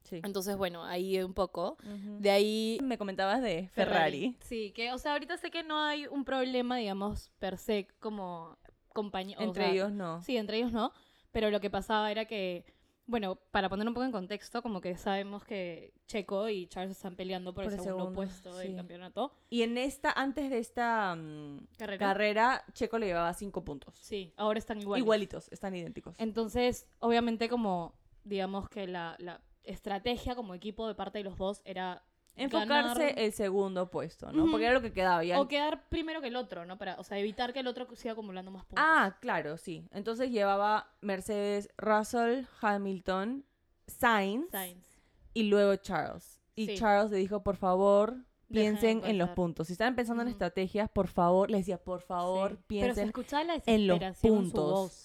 Speaker 1: Sí.
Speaker 2: Entonces, bueno, ahí un poco.
Speaker 1: Ujú.
Speaker 2: De ahí
Speaker 1: Me comentabas de Ferrari.
Speaker 5: Sí, que, o sea, ahorita sé que no hay un problema, digamos, per se, como compañía.
Speaker 1: Entre ellos no.
Speaker 5: Sí, entre ellos no. Pero lo que pasaba era que, bueno, para poner un poco en contexto, como que sabemos que Checo y Charles están peleando por,
Speaker 1: Por
Speaker 5: el
Speaker 1: el
Speaker 5: segundo,
Speaker 1: segundo,
Speaker 5: puesto del
Speaker 1: sí.
Speaker 5: campeonato.
Speaker 1: Y en esta, antes de esta mm,
Speaker 5: Carrera.
Speaker 1: carrera, Checo le llevaba cinco puntos.
Speaker 5: Sí, ahora están iguales.
Speaker 1: Igualitos, están idénticos.
Speaker 5: Entonces, obviamente, como digamos que la, la estrategia como equipo de parte de los dos era
Speaker 1: Enfocarse
Speaker 5: ganar
Speaker 1: el segundo puesto, ¿no?
Speaker 5: Ujú.
Speaker 1: Porque era lo que quedaba. Ya
Speaker 5: o quedar primero que el otro, ¿no? Para, o sea, evitar que el otro siga acumulando más puntos.
Speaker 1: Ah, claro, sí. Entonces llevaba Mercedes, Russell, Hamilton, Sainz,
Speaker 5: Sainz.
Speaker 1: y luego Charles. Y
Speaker 5: Sí.
Speaker 1: Charles le dijo, por favor,
Speaker 5: de
Speaker 1: piensen en los
Speaker 5: contar.
Speaker 1: puntos. Si estaban pensando en
Speaker 5: Ujú.
Speaker 1: estrategias, por favor, les decía, por
Speaker 5: Sí.
Speaker 1: favor,
Speaker 5: Pero se
Speaker 1: piensen.
Speaker 5: escuchaba la
Speaker 1: en los
Speaker 5: desesperación en su
Speaker 1: puntos.
Speaker 5: voz.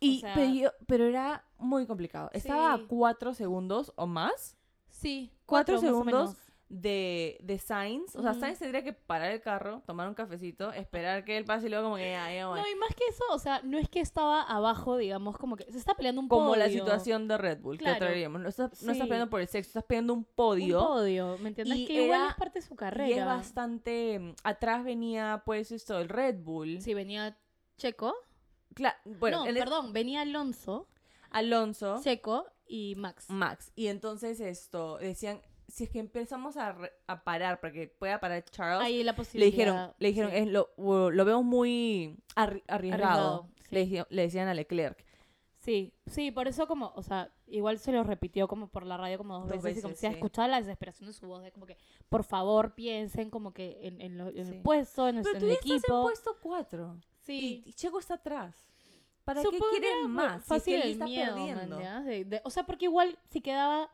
Speaker 1: y,
Speaker 5: o sea-
Speaker 1: pero, yo- pero era muy complicado. Estaba
Speaker 5: Sí.
Speaker 1: a cuatro segundos o más
Speaker 5: Sí, cuatro,
Speaker 1: Cuatro
Speaker 5: más o
Speaker 1: segundos
Speaker 5: menos.
Speaker 1: de, de Sainz. O sea,
Speaker 4: Ujú.
Speaker 1: Sainz tendría que parar el carro, tomar un cafecito, esperar que él pase y luego como que ya, ya voy.
Speaker 2: No, y más que eso, o sea, no es que estaba abajo, digamos, como que se está peleando un
Speaker 1: como
Speaker 2: podio.
Speaker 1: la situación de Red Bull
Speaker 2: Claro.
Speaker 1: que traeríamos. No estás, no
Speaker 2: Sí.
Speaker 1: estás peleando por el sexo, estás peleando un
Speaker 2: Un
Speaker 1: podio.
Speaker 2: podio, ¿me entiendes?
Speaker 1: Y
Speaker 2: que igual
Speaker 1: era-
Speaker 2: es parte de su
Speaker 1: y es
Speaker 2: carrera.
Speaker 1: bastante... mm, Atrás venía pues esto, el Red Bull.
Speaker 2: Sí, venía Checo.
Speaker 1: Cla- bueno,
Speaker 2: no,
Speaker 1: él es
Speaker 2: perdón, venía Alonso,
Speaker 1: Alonso,
Speaker 2: Checo y Max.
Speaker 1: Max. Y entonces esto, decían, si es que empezamos a, re- a parar para que pueda parar Charles,
Speaker 2: Ahí la
Speaker 1: le
Speaker 2: posibilidad.
Speaker 1: dijeron, le dijeron,
Speaker 2: sí.
Speaker 1: "Es lo, u- lo veo muy arri- arriesgado.
Speaker 2: Arriesgado,
Speaker 1: Le, dije- le decían a Leclerc.
Speaker 2: Sí, sí, por eso como, o sea, igual se lo repitió como por la radio como dos,
Speaker 1: Dos
Speaker 2: veces, y como
Speaker 1: veces,
Speaker 2: se ha
Speaker 1: sí.
Speaker 2: escuchado la desesperación de su voz, de como que, por favor, piensen como que en, en lo- en
Speaker 1: Sí.
Speaker 2: el puesto, en, el-
Speaker 1: Pero
Speaker 2: en
Speaker 1: tú
Speaker 2: el
Speaker 1: ya estás en
Speaker 2: equipo.
Speaker 1: puesto 4.
Speaker 2: Sí.
Speaker 1: Y, y Checo está atrás. ¿Para
Speaker 2: Supongo
Speaker 1: qué
Speaker 2: que
Speaker 1: quieres
Speaker 2: era
Speaker 1: más? Si es
Speaker 2: Fácil
Speaker 1: que él
Speaker 2: el
Speaker 1: está
Speaker 2: miedo,
Speaker 1: perdiendo.
Speaker 2: ¿mandas? De- de- o sea, porque igual si quedaba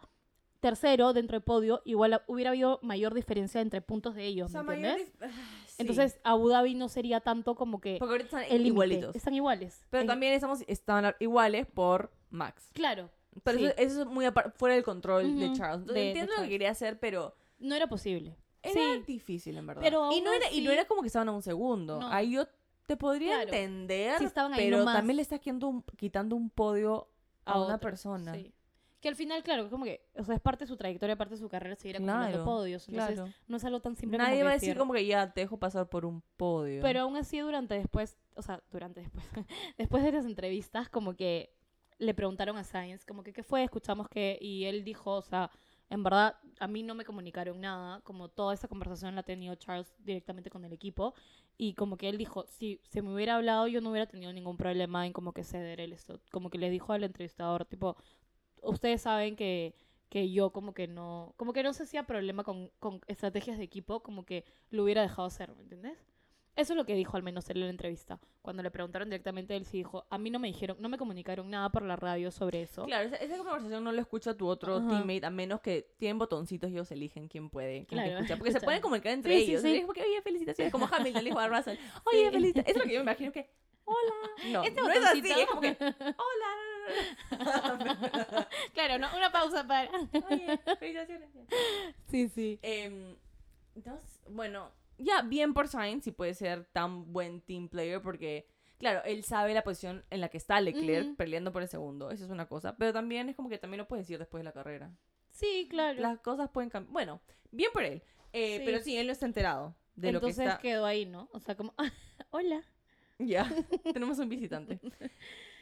Speaker 2: tercero dentro del podio, igual ha- hubiera habido mayor diferencia entre puntos de ellos,
Speaker 1: O sea,
Speaker 2: ¿me
Speaker 1: mayor
Speaker 2: entiendes?
Speaker 1: dif- ah, sí.
Speaker 2: Entonces Abu Dhabi no sería tanto como que
Speaker 1: Porque ahorita
Speaker 2: el
Speaker 1: están
Speaker 2: límite.
Speaker 1: igualitos.
Speaker 2: Están iguales.
Speaker 1: Pero
Speaker 2: En-
Speaker 1: también estamos, estaban iguales por Max.
Speaker 2: Claro,
Speaker 1: Pero
Speaker 2: Sí.
Speaker 1: eso, eso es muy apar- fuera del control de
Speaker 2: Ujú,
Speaker 1: Charles. Entonces
Speaker 2: de- de
Speaker 1: entiendo lo que
Speaker 2: Charles.
Speaker 1: quería hacer, pero
Speaker 2: no era posible.
Speaker 1: era
Speaker 2: Sí.
Speaker 1: difícil, en verdad.
Speaker 2: Pero
Speaker 1: y,
Speaker 2: aún
Speaker 1: no era, y no
Speaker 2: así-
Speaker 1: era como que estaban a un segundo.
Speaker 2: No.
Speaker 1: Ahí yo te podría
Speaker 2: Claro.
Speaker 1: entender,
Speaker 2: Sí, estaban ahí
Speaker 1: pero
Speaker 2: nomás.
Speaker 1: también le estás quitando un, quitando un podio a,
Speaker 2: A
Speaker 1: una
Speaker 2: otro,
Speaker 1: persona.
Speaker 2: Sí. Que al final, claro, como que, o sea, es parte de su trayectoria, parte de su carrera seguir acumulando
Speaker 1: Claro,
Speaker 2: podios. Entonces,
Speaker 1: Claro.
Speaker 2: no es algo tan simple como
Speaker 1: Nadie
Speaker 2: que
Speaker 1: va a decir
Speaker 2: decir-
Speaker 1: como que ya te dejo pasar por un podio.
Speaker 2: Pero aún así, durante después, o sea, durante después, después de las entrevistas, como que le preguntaron a Sainz, como que, ¿qué fue? Escuchamos que, y él dijo, o sea, en verdad, a mí no me comunicaron nada, como toda esa conversación la ha tenido Charles directamente con el equipo, y como que él dijo, si se me hubiera hablado, yo no hubiera tenido ningún problema en como que ceder el esto, como que le dijo al entrevistador, tipo, ustedes saben que que yo como que no, como que no se hacía problema con, con estrategias de equipo, como que lo hubiera dejado hacer, ¿me entiendes? Eso es lo que dijo al menos él en la entrevista. Cuando le preguntaron directamente, él sí dijo, a mí no me dijeron, no me comunicaron nada por la radio sobre eso.
Speaker 1: Claro, esa, esa conversación no la escucha tu otro
Speaker 2: Ajá.
Speaker 1: teammate, a menos que tienen botoncitos y ellos eligen quién puede, quién que
Speaker 2: Claro,
Speaker 1: escucha. Porque se
Speaker 2: escucha.
Speaker 1: pueden comunicar entre
Speaker 2: Sí, sí,
Speaker 1: ellos.
Speaker 2: sí.
Speaker 1: Le dijo, porque, oye, felicitaciones, como Hamilton le dijo a Russell, oye,
Speaker 2: Sí.
Speaker 1: felicitaciones. Eso es lo que yo me imagino que, hola. No,
Speaker 2: Este
Speaker 1: no es así,
Speaker 2: botoncito.
Speaker 1: es como que, hola. no, no, no".
Speaker 2: Claro, no, una pausa para.
Speaker 1: oye, felicitaciones.
Speaker 2: sí, sí.
Speaker 1: Em, entonces, bueno, ya bien por Sainz si puede ser tan buen team player porque, claro, él sabe la posición en la que está Leclerc
Speaker 2: Ujú.
Speaker 1: peleando por el segundo, eso es una cosa, pero también es como que también lo puedes decir después de la carrera.
Speaker 2: Sí, claro.
Speaker 1: Las cosas pueden cambiar. Bueno, bien por él, eh,
Speaker 2: Sí.
Speaker 1: pero sí, él no está enterado de
Speaker 2: Entonces
Speaker 1: lo que está.
Speaker 2: quedó ahí, ¿no? O sea, como, hola.
Speaker 1: Ya, tenemos un visitante. Ujú.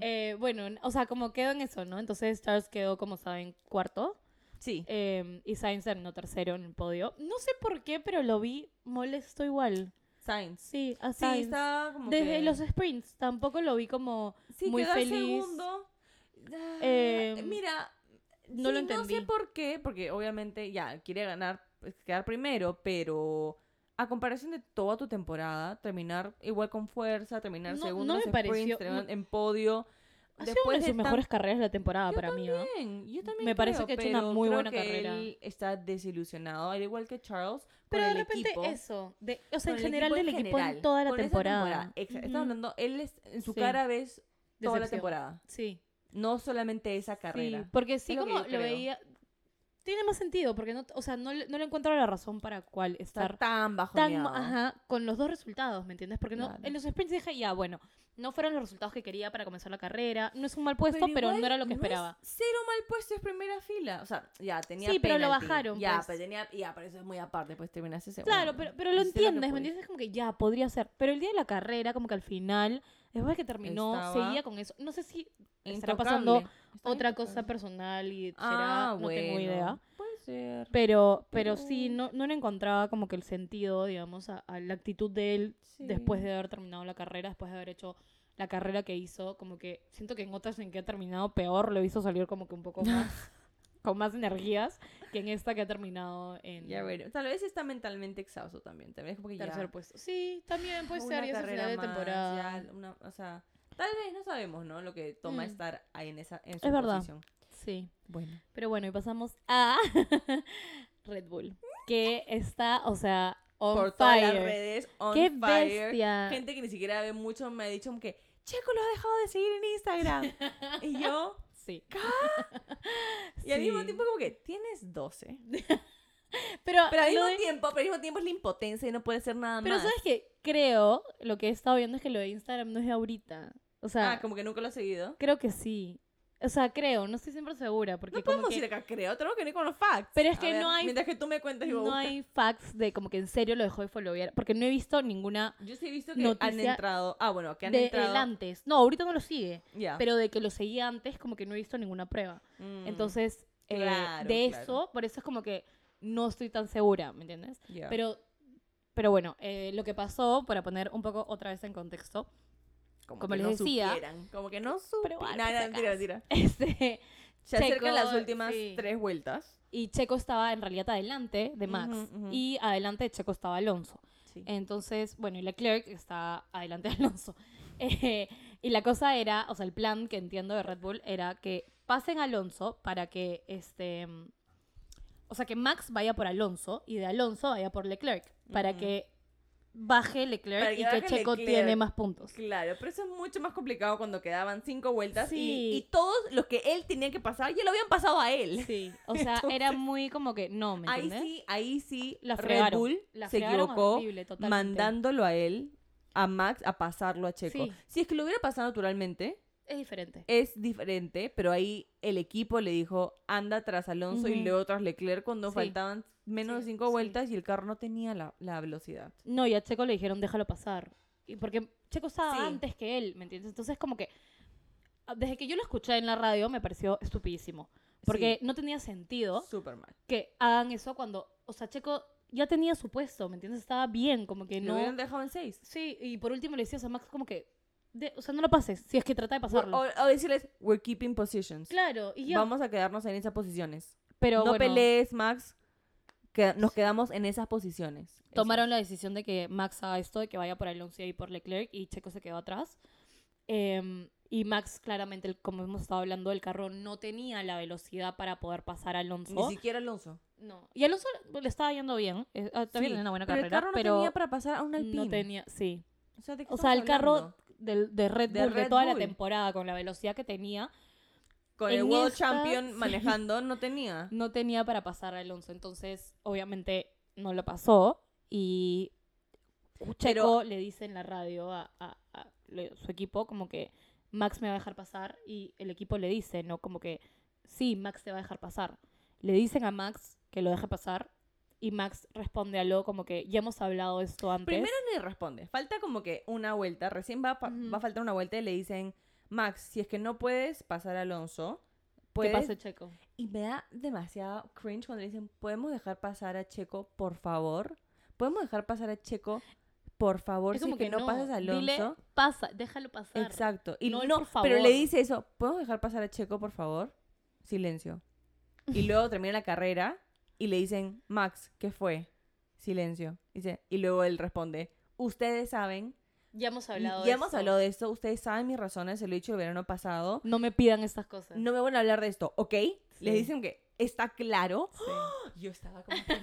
Speaker 2: Eh, bueno, n- o sea, como quedó en eso, ¿no? Entonces Charles quedó, como saben, cuarto.
Speaker 1: sí.
Speaker 2: eh, y Sainz terminó tercero en el podio. No sé por qué, pero lo vi molesto igual.
Speaker 1: Sainz. Sí,
Speaker 2: Sí, a Sainz.
Speaker 1: está como
Speaker 2: Desde
Speaker 1: que-
Speaker 2: los sprints tampoco lo vi como
Speaker 1: Sí,
Speaker 2: muy
Speaker 1: quedar
Speaker 2: feliz.
Speaker 1: segundo. Ah,
Speaker 2: Eh,
Speaker 1: Mira,
Speaker 2: no lo
Speaker 1: sí, No sé
Speaker 2: entendí.
Speaker 1: por qué, porque obviamente ya quiere ganar, pues, quedar primero, pero a comparación de toda tu temporada, terminar igual con fuerza, terminar
Speaker 2: No-
Speaker 1: segundo
Speaker 2: no me
Speaker 1: en sprints,
Speaker 2: pareció-
Speaker 1: terminar
Speaker 2: no-
Speaker 1: en podio.
Speaker 2: Ha sido una de
Speaker 1: de
Speaker 2: sus
Speaker 1: tan-
Speaker 2: mejores carreras de la temporada
Speaker 1: Yo
Speaker 2: para mí, ¿no?
Speaker 1: también, yo también
Speaker 2: Me parece
Speaker 1: creo,
Speaker 2: que ha hecho una
Speaker 1: pero
Speaker 2: muy
Speaker 1: creo
Speaker 2: buena
Speaker 1: que
Speaker 2: carrera.
Speaker 1: Él está desilusionado, al igual que Charles.
Speaker 2: Pero
Speaker 1: con
Speaker 2: de
Speaker 1: el
Speaker 2: repente
Speaker 1: equipo,
Speaker 2: eso, de, o sea,
Speaker 1: con
Speaker 2: en
Speaker 1: el
Speaker 2: general
Speaker 1: equipo
Speaker 2: del equipo
Speaker 1: general,
Speaker 2: en toda la
Speaker 1: con esa
Speaker 2: temporada.
Speaker 1: Exa-
Speaker 2: Ujú.
Speaker 1: Estaba hablando, él es, en su
Speaker 2: Sí.
Speaker 1: cara ves toda la
Speaker 2: Decepción.
Speaker 1: temporada.
Speaker 2: Sí,
Speaker 1: No solamente esa
Speaker 2: sí,
Speaker 1: carrera.
Speaker 2: porque sí
Speaker 1: Es lo que
Speaker 2: como
Speaker 1: yo
Speaker 2: lo
Speaker 1: creo.
Speaker 2: veía tiene más sentido porque no, o sea, no, le- no le encuentro la razón para cuál
Speaker 1: Está
Speaker 2: estar
Speaker 1: tan
Speaker 2: tan
Speaker 1: bajoneado.
Speaker 2: ajá, con los dos resultados, ¿me entiendes? Porque no,
Speaker 1: Claro.
Speaker 2: en los sprints dije, ya, bueno, no fueron los resultados que quería para comenzar la carrera, no es un mal puesto, pero,
Speaker 1: igual
Speaker 2: no era lo que
Speaker 1: es
Speaker 2: esperaba.
Speaker 1: cero mal puesto es primera fila. O sea, ya tenía
Speaker 2: Sí, pero lo
Speaker 1: penalty.
Speaker 2: bajaron,
Speaker 1: Ya,
Speaker 2: pues.
Speaker 1: pero tenía, ya, pero eso es muy aparte, pues terminaste segundo.
Speaker 2: Claro, pero, pero lo
Speaker 1: Hiciste que
Speaker 2: entiendes, ¿me
Speaker 1: pudiste.
Speaker 2: entiendes? Es como que ya, podría ser. Pero el día de la carrera, como que al final, después de que terminó,
Speaker 1: Estaba
Speaker 2: seguía con eso. No sé si estará
Speaker 1: Intocable.
Speaker 2: pasando
Speaker 1: Está
Speaker 2: otra
Speaker 1: intocable.
Speaker 2: cosa personal y será,
Speaker 1: Ah,
Speaker 2: no tengo
Speaker 1: bueno.
Speaker 2: idea.
Speaker 1: Puede ser.
Speaker 2: Pero,
Speaker 1: Pero-
Speaker 2: pero sí, no, no le encontraba como que el sentido, digamos, a, a la actitud de él
Speaker 1: Sí.
Speaker 2: después de haber terminado la carrera, después de haber hecho la carrera que hizo. Como que siento que en otras en que ha terminado peor, lo hizo salir como que un poco más, con más energías que en esta que ha terminado en
Speaker 1: Ya veremos. Tal vez está mentalmente exhausto también. También es como que ya. Ah,
Speaker 2: tercer puesto. Sí, también puede ser,
Speaker 1: una
Speaker 2: y es el
Speaker 1: carrera
Speaker 2: final de
Speaker 1: más,
Speaker 2: temporada.
Speaker 1: ya, una- o sea, tal vez no sabemos, ¿no? Lo que toma
Speaker 2: Mm.
Speaker 1: estar ahí en esa en su
Speaker 2: Es verdad.
Speaker 1: posición.
Speaker 2: Sí.
Speaker 1: Bueno.
Speaker 2: Pero bueno, y pasamos a Red Bull, que está, o sea, on
Speaker 1: Por todas las
Speaker 2: fire.
Speaker 1: redes, on
Speaker 2: ¡Qué
Speaker 1: fire.
Speaker 2: bestia!
Speaker 1: gente que ni siquiera ve mucho me ha dicho como que Checo lo ha dejado de seguir en Instagram y yo
Speaker 2: Sí.
Speaker 1: y al mismo
Speaker 2: Sí.
Speaker 1: tiempo como que tienes 12
Speaker 2: Pero,
Speaker 1: Pero al
Speaker 2: lo
Speaker 1: mismo
Speaker 2: de-
Speaker 1: tiempo, pero al mismo tiempo es la impotencia y no puede ser nada
Speaker 2: pero
Speaker 1: más.
Speaker 2: ¿sabes que Creo, lo que he estado viendo es que lo de Instagram no es de ahorita. O sea,
Speaker 1: Ah, como que nunca lo he seguido.
Speaker 2: creo que sí. O sea, creo, no estoy siempre segura. Porque
Speaker 1: No
Speaker 2: como
Speaker 1: podemos
Speaker 2: que-
Speaker 1: ir acá, creo. Tenemos que ir con los facts.
Speaker 2: Pero es
Speaker 1: A
Speaker 2: que
Speaker 1: ver,
Speaker 2: no hay-
Speaker 1: Mientras que tú me cuentas, yo voy a
Speaker 2: no
Speaker 1: buscar.
Speaker 2: hay facts de como que en serio lo dejó de followear. Porque no he visto ninguna
Speaker 1: Yo sí he visto que han
Speaker 2: Noticia
Speaker 1: entrado. Ah, bueno, que han
Speaker 2: de
Speaker 1: entrado.
Speaker 2: él antes. No, ahorita no lo sigue.
Speaker 1: Ya.
Speaker 2: Pero de que lo seguía antes, como que no he visto ninguna prueba.
Speaker 1: Mm,
Speaker 2: Entonces, eh,
Speaker 1: Claro,
Speaker 2: de
Speaker 1: claro.
Speaker 2: eso, por eso es como que no estoy tan segura, ¿me entiendes?
Speaker 1: ya.
Speaker 2: Pero, pero bueno, eh, lo que pasó, para poner un poco otra vez en contexto, como
Speaker 1: que
Speaker 2: les
Speaker 1: no
Speaker 2: decía-
Speaker 1: supieran, como que no
Speaker 2: Pero
Speaker 1: supieran.
Speaker 2: bueno,
Speaker 1: Nah,
Speaker 2: por
Speaker 1: nah,
Speaker 2: si
Speaker 1: mentira,
Speaker 2: acaso.
Speaker 1: mentira.
Speaker 2: este,
Speaker 1: Se
Speaker 2: Checo,
Speaker 1: acercan las últimas
Speaker 2: sí.
Speaker 1: tres vueltas.
Speaker 2: y Checo estaba en realidad adelante de Max,
Speaker 1: Ujú, ujú.
Speaker 2: y adelante de Checo estaba Alonso.
Speaker 1: Sí.
Speaker 2: Eh, Entonces, bueno, y Leclerc está adelante de Alonso. Eh, y la cosa era, o sea, el plan que entiendo de Red Bull era que pasen a Alonso para que este. mm, O sea, que Max vaya por Alonso y de Alonso vaya por Leclerc. Para
Speaker 1: Ujú.
Speaker 2: que baje Leclerc
Speaker 1: Para que
Speaker 2: y
Speaker 1: baje
Speaker 2: que Checo
Speaker 1: Leclerc.
Speaker 2: tiene más puntos.
Speaker 1: Claro, pero eso es mucho más complicado cuando quedaban cinco vueltas y-
Speaker 2: Sí.
Speaker 1: y, todos los que él tenía que pasar ya lo habían pasado a él.
Speaker 2: Sí. O sea, era muy como que no, ¿me
Speaker 1: Ahí
Speaker 2: entiendes?
Speaker 1: sí, ahí sí,
Speaker 2: La
Speaker 1: Red
Speaker 2: fregaron,
Speaker 1: Bull
Speaker 2: la
Speaker 1: se
Speaker 2: fregaron
Speaker 1: equivocó
Speaker 2: horrible, totalmente.
Speaker 1: mandándolo a él, a Max, a pasarlo a Checo.
Speaker 2: Sí.
Speaker 1: Si es que lo hubiera pasado naturalmente,
Speaker 2: Es diferente.
Speaker 1: es diferente, pero ahí el equipo le dijo, anda tras Alonso y
Speaker 2: Ujú.
Speaker 1: luego tras Leclerc cuando
Speaker 2: Sí.
Speaker 1: faltaban menos de
Speaker 2: Sí,
Speaker 1: cinco
Speaker 2: sí.
Speaker 1: vueltas y el carro no tenía la, la velocidad.
Speaker 2: No, y a Checo le dijeron, déjalo pasar. Y porque Checo estaba
Speaker 1: Sí.
Speaker 2: antes que él, ¿me entiendes? Entonces, como que. ah, Desde que yo lo escuché en la radio, me pareció estupidísimo. Porque no tenía sentido
Speaker 1: Súper mal.
Speaker 2: que hagan eso cuando. O sea, Checo ya tenía su puesto, ¿me entiendes? Estaba bien, como que
Speaker 1: Lo
Speaker 2: no.
Speaker 1: hubieran dejado en seis.
Speaker 2: Sí, y por último le decía a Max, como que. de- o sea, no lo pases, si es que trata de pasarlo.
Speaker 1: O, o decirles, we're keeping positions.
Speaker 2: claro, y ya.
Speaker 1: Vamos a quedarnos en esas posiciones.
Speaker 2: pero
Speaker 1: no
Speaker 2: bueno,
Speaker 1: pelees, Max. Que nos quedamos en esas posiciones. Eso.
Speaker 2: tomaron la decisión de que Max haga esto, de que vaya por Alonso y por Leclerc, y Checo se quedó atrás. Em, y Max, claramente, el- como hemos estado hablando, el carro no tenía la velocidad para poder pasar a Alonso.
Speaker 1: Ni siquiera Alonso.
Speaker 2: No. Y Alonso pues, le estaba yendo bien. eh, ah, También
Speaker 1: Sí,
Speaker 2: tenía una buena
Speaker 1: pero
Speaker 2: carrera.
Speaker 1: el carro no
Speaker 2: pero
Speaker 1: tenía para pasar a un Alpine.
Speaker 2: no tenía- sí.
Speaker 1: O sea, ¿de qué
Speaker 2: O sea, el
Speaker 1: estamos
Speaker 2: carro
Speaker 1: hablando?
Speaker 2: del- de, Red
Speaker 1: De
Speaker 2: Bull, de
Speaker 1: Red
Speaker 2: toda la
Speaker 1: Bull.
Speaker 2: temporada, con la velocidad que tenía,
Speaker 1: Con el
Speaker 2: en
Speaker 1: World
Speaker 2: esta-
Speaker 1: Champion
Speaker 2: sí.
Speaker 1: manejando, no tenía.
Speaker 2: no tenía para pasar a Alonso. Entonces, obviamente, no lo pasó. Y Checo
Speaker 1: Pero-
Speaker 2: le dice en la radio a, a- a le- su equipo como que Max me va a dejar pasar. Y el equipo le dice, ¿no? Como que sí, Max te va a dejar pasar. Le dicen a Max que lo deje pasar. Y Max responde a lo como que ya hemos hablado esto antes.
Speaker 1: Primero ni responde. Falta como que una vuelta. Recién va, a pa-
Speaker 2: Ujú.
Speaker 1: va a faltar una vuelta y le dicen, Max, si es que no puedes pasar a Alonso,
Speaker 2: que
Speaker 1: puedes...
Speaker 2: pase Checo.
Speaker 1: Y me da demasiado cringe cuando le dicen, ¿podemos dejar pasar a Checo, por favor? ¿Podemos dejar pasar a Checo, por favor?
Speaker 2: Es
Speaker 1: si
Speaker 2: como
Speaker 1: es que, no, pasas a Alonso.
Speaker 2: Dile, pasa, déjalo pasar.
Speaker 1: Exacto. Y
Speaker 2: No
Speaker 1: no,
Speaker 2: el por
Speaker 1: pero le
Speaker 2: favor.
Speaker 1: dice eso, ¿podemos dejar pasar a Checo, por favor? Silencio. Y luego termina la carrera y le dicen, Max, ¿qué fue? Silencio. Dice, y luego él responde, ustedes saben,
Speaker 2: Ya hemos hablado de
Speaker 1: ya hemos
Speaker 2: esto.
Speaker 1: hablado de esto, ustedes saben mis razones, se lo he dicho el verano pasado,
Speaker 2: No me pidan estas cosas.
Speaker 1: no me van a hablar de esto, ¿ok? Les
Speaker 2: Sí.
Speaker 1: dicen que está claro.
Speaker 2: Sí.
Speaker 1: Yo estaba como que,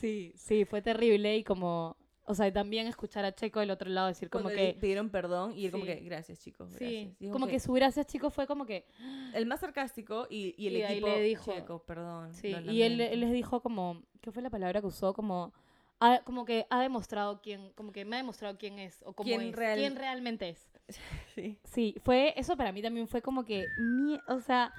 Speaker 2: sí, sí, fue terrible y como, o sea, y también escuchar a Checo del otro lado decir como
Speaker 1: cuando le
Speaker 2: que...
Speaker 1: pidieron perdón y él como
Speaker 2: Sí.
Speaker 1: que, gracias chicos, gracias.
Speaker 2: Sí,
Speaker 1: Y es
Speaker 2: como que su gracias, chicos, fue como que...
Speaker 1: el más sarcástico y, y el
Speaker 2: Y ahí
Speaker 1: equipo
Speaker 2: le dijo-
Speaker 1: Checo, perdón.
Speaker 2: Sí,
Speaker 1: lo
Speaker 2: y él,
Speaker 1: lamento".
Speaker 2: él les dijo como, ¿qué fue la palabra que usó? Como, "Ha- como que ha demostrado quién, como que me ha demostrado quién es, o cómo
Speaker 1: ¿Quién
Speaker 2: es,
Speaker 1: real-
Speaker 2: quién realmente es.
Speaker 1: Sí.
Speaker 2: Sí, fue, eso para mí también fue como que, mie- o sea,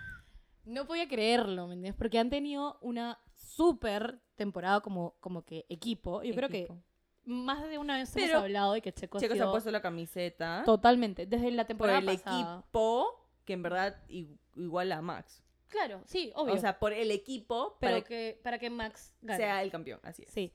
Speaker 2: no podía creerlo, ¿me entiendes? Porque han tenido una súper temporada como, como que equipo. Yo creo que
Speaker 1: Equipo.
Speaker 2: más de una vez
Speaker 1: Pero
Speaker 2: hemos hablado de que Checo, ha
Speaker 1: Checo se ha
Speaker 2: sido
Speaker 1: puesto la camiseta
Speaker 2: totalmente, desde la
Speaker 1: ¿Ah? por
Speaker 2: temporada
Speaker 1: el
Speaker 2: pasada.
Speaker 1: equipo que en verdad i- igual a Max.
Speaker 2: Claro, sí, obvio.
Speaker 1: O sea, por el equipo
Speaker 2: pero
Speaker 1: para que
Speaker 2: que, para que Max gane.
Speaker 1: sea el campeón. Así es.
Speaker 2: sí.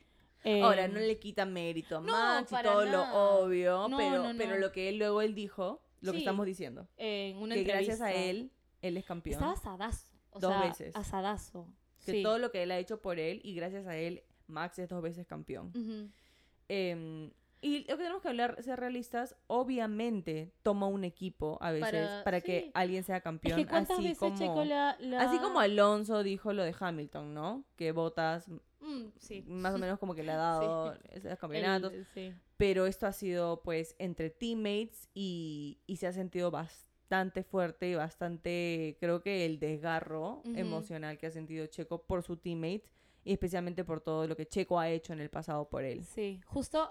Speaker 1: Ahora,
Speaker 2: Em,
Speaker 1: no le quita mérito a
Speaker 2: no,
Speaker 1: Max y
Speaker 2: para
Speaker 1: todo
Speaker 2: nada.
Speaker 1: lo obvio,
Speaker 2: No,
Speaker 1: pero,
Speaker 2: no, no.
Speaker 1: pero lo que él luego él dijo, lo que
Speaker 2: Sí.
Speaker 1: estamos diciendo,
Speaker 2: en una
Speaker 1: que
Speaker 2: entrevista.
Speaker 1: gracias a él, él es campeón.
Speaker 2: Estaba asadazo. O
Speaker 1: Dos
Speaker 2: sea,
Speaker 1: veces.
Speaker 2: Asadazo.
Speaker 1: Que
Speaker 2: sí.
Speaker 1: todo lo que él ha hecho por él y gracias a él, Max es dos veces campeón.
Speaker 2: Ujú.
Speaker 1: Em, y lo que tenemos que hablar, ser realistas, obviamente toma un equipo a veces para,
Speaker 2: Para-
Speaker 1: que
Speaker 2: sí.
Speaker 1: alguien sea
Speaker 2: Es
Speaker 1: campeón.
Speaker 2: que cuántas
Speaker 1: así
Speaker 2: veces
Speaker 1: como,
Speaker 2: Checo la, la-
Speaker 1: Así como Alonso dijo lo de Hamilton, ¿no? Que Botas
Speaker 2: Mm, sí.
Speaker 1: más o menos como que le ha dado esos campeonatos.
Speaker 2: El- sí.
Speaker 1: Pero esto ha sido pues entre teammates y, y se ha sentido bastante bastante fuerte y bastante, creo que el desgarro
Speaker 4: Ujú.
Speaker 1: emocional que ha sentido Checo por su teammate y especialmente por todo lo que Checo ha hecho en el pasado por él.
Speaker 2: Sí, justo,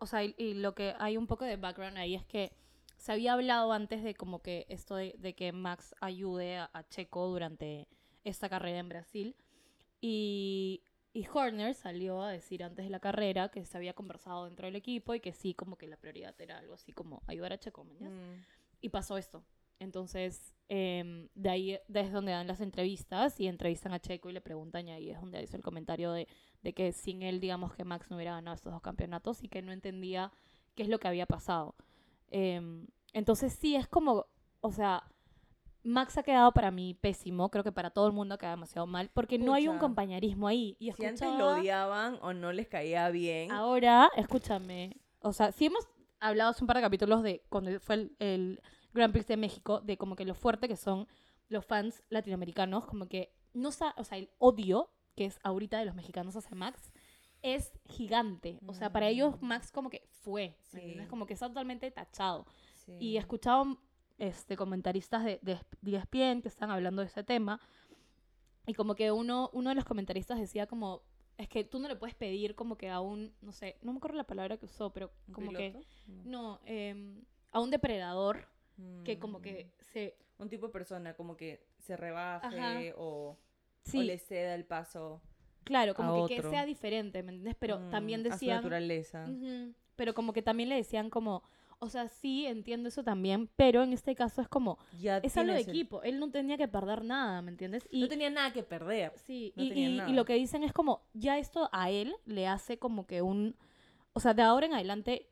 Speaker 2: o sea, y, y lo que hay un poco de background ahí es que se había hablado antes de como que esto de, de que Max ayude a, a Checo durante esta carrera en Brasil. Y, y Horner salió a decir antes de la carrera que se había conversado dentro del equipo y que sí, como que la prioridad era algo así como ayudar a Checo. ¿me entiendes? Y pasó esto. Entonces, em, de ahí de- es donde dan las entrevistas y entrevistan a Checo y le preguntan y ahí es donde hizo el comentario de, de que sin él, digamos que Max no hubiera ganado estos dos campeonatos y que no entendía qué es lo que había pasado. Em, entonces sí, es como, o sea, Max ha quedado para mí pésimo, creo que para todo el mundo ha quedado demasiado mal, porque no hay un
Speaker 1: Pucha.
Speaker 2: compañerismo ahí. Y
Speaker 1: Si antes lo
Speaker 2: escuchaba-
Speaker 1: odiaban o no les caía bien,
Speaker 2: Ahora, escúchame. O sea, sí hemos hablado hace un par de capítulos de cuando fue el, el Grand Prix de México, de como que lo fuerte que son los fans latinoamericanos, como que no sa- o sea, el odio que es ahorita de los mexicanos hacia Max es gigante. O sea, para ellos Max como que fue, ¿me
Speaker 1: Sí.
Speaker 2: entiendes? Como que está totalmente tachado.
Speaker 1: Sí.
Speaker 2: Y escuchaba este, comentaristas de, de E ESPN que están hablando de ese tema. Y como que uno, uno de los comentaristas decía como, es que tú no le puedes pedir como que a un, no sé, no me acuerdo la palabra que usó, pero
Speaker 1: ¿Un
Speaker 2: como
Speaker 1: piloto?
Speaker 2: que, no, em, a un depredador
Speaker 1: Mm.
Speaker 2: que como que se...
Speaker 1: Un tipo de persona como que se rebaje
Speaker 2: Ajá.
Speaker 1: o, o
Speaker 2: Sí,
Speaker 1: le ceda el paso
Speaker 2: claro, como
Speaker 1: a
Speaker 2: que, que
Speaker 1: otro.
Speaker 2: sea diferente, ¿me entiendes? Pero
Speaker 1: mm,
Speaker 2: también
Speaker 1: a su
Speaker 2: decían... Mm,
Speaker 1: naturaleza.
Speaker 2: Ujú, Pero como que también le decían como, o sea, sí, entiendo eso también, pero en este caso es como,
Speaker 1: Ya
Speaker 2: es algo de
Speaker 1: tienes el-
Speaker 2: equipo, él no tenía que perder nada, ¿me entiendes? Y,
Speaker 1: No tenía nada que perder.
Speaker 2: Sí,
Speaker 1: No
Speaker 2: y,
Speaker 1: tenían
Speaker 2: y- y
Speaker 1: nada.
Speaker 2: lo que dicen es como, ya esto a él le hace como que un... O sea, de ahora en adelante,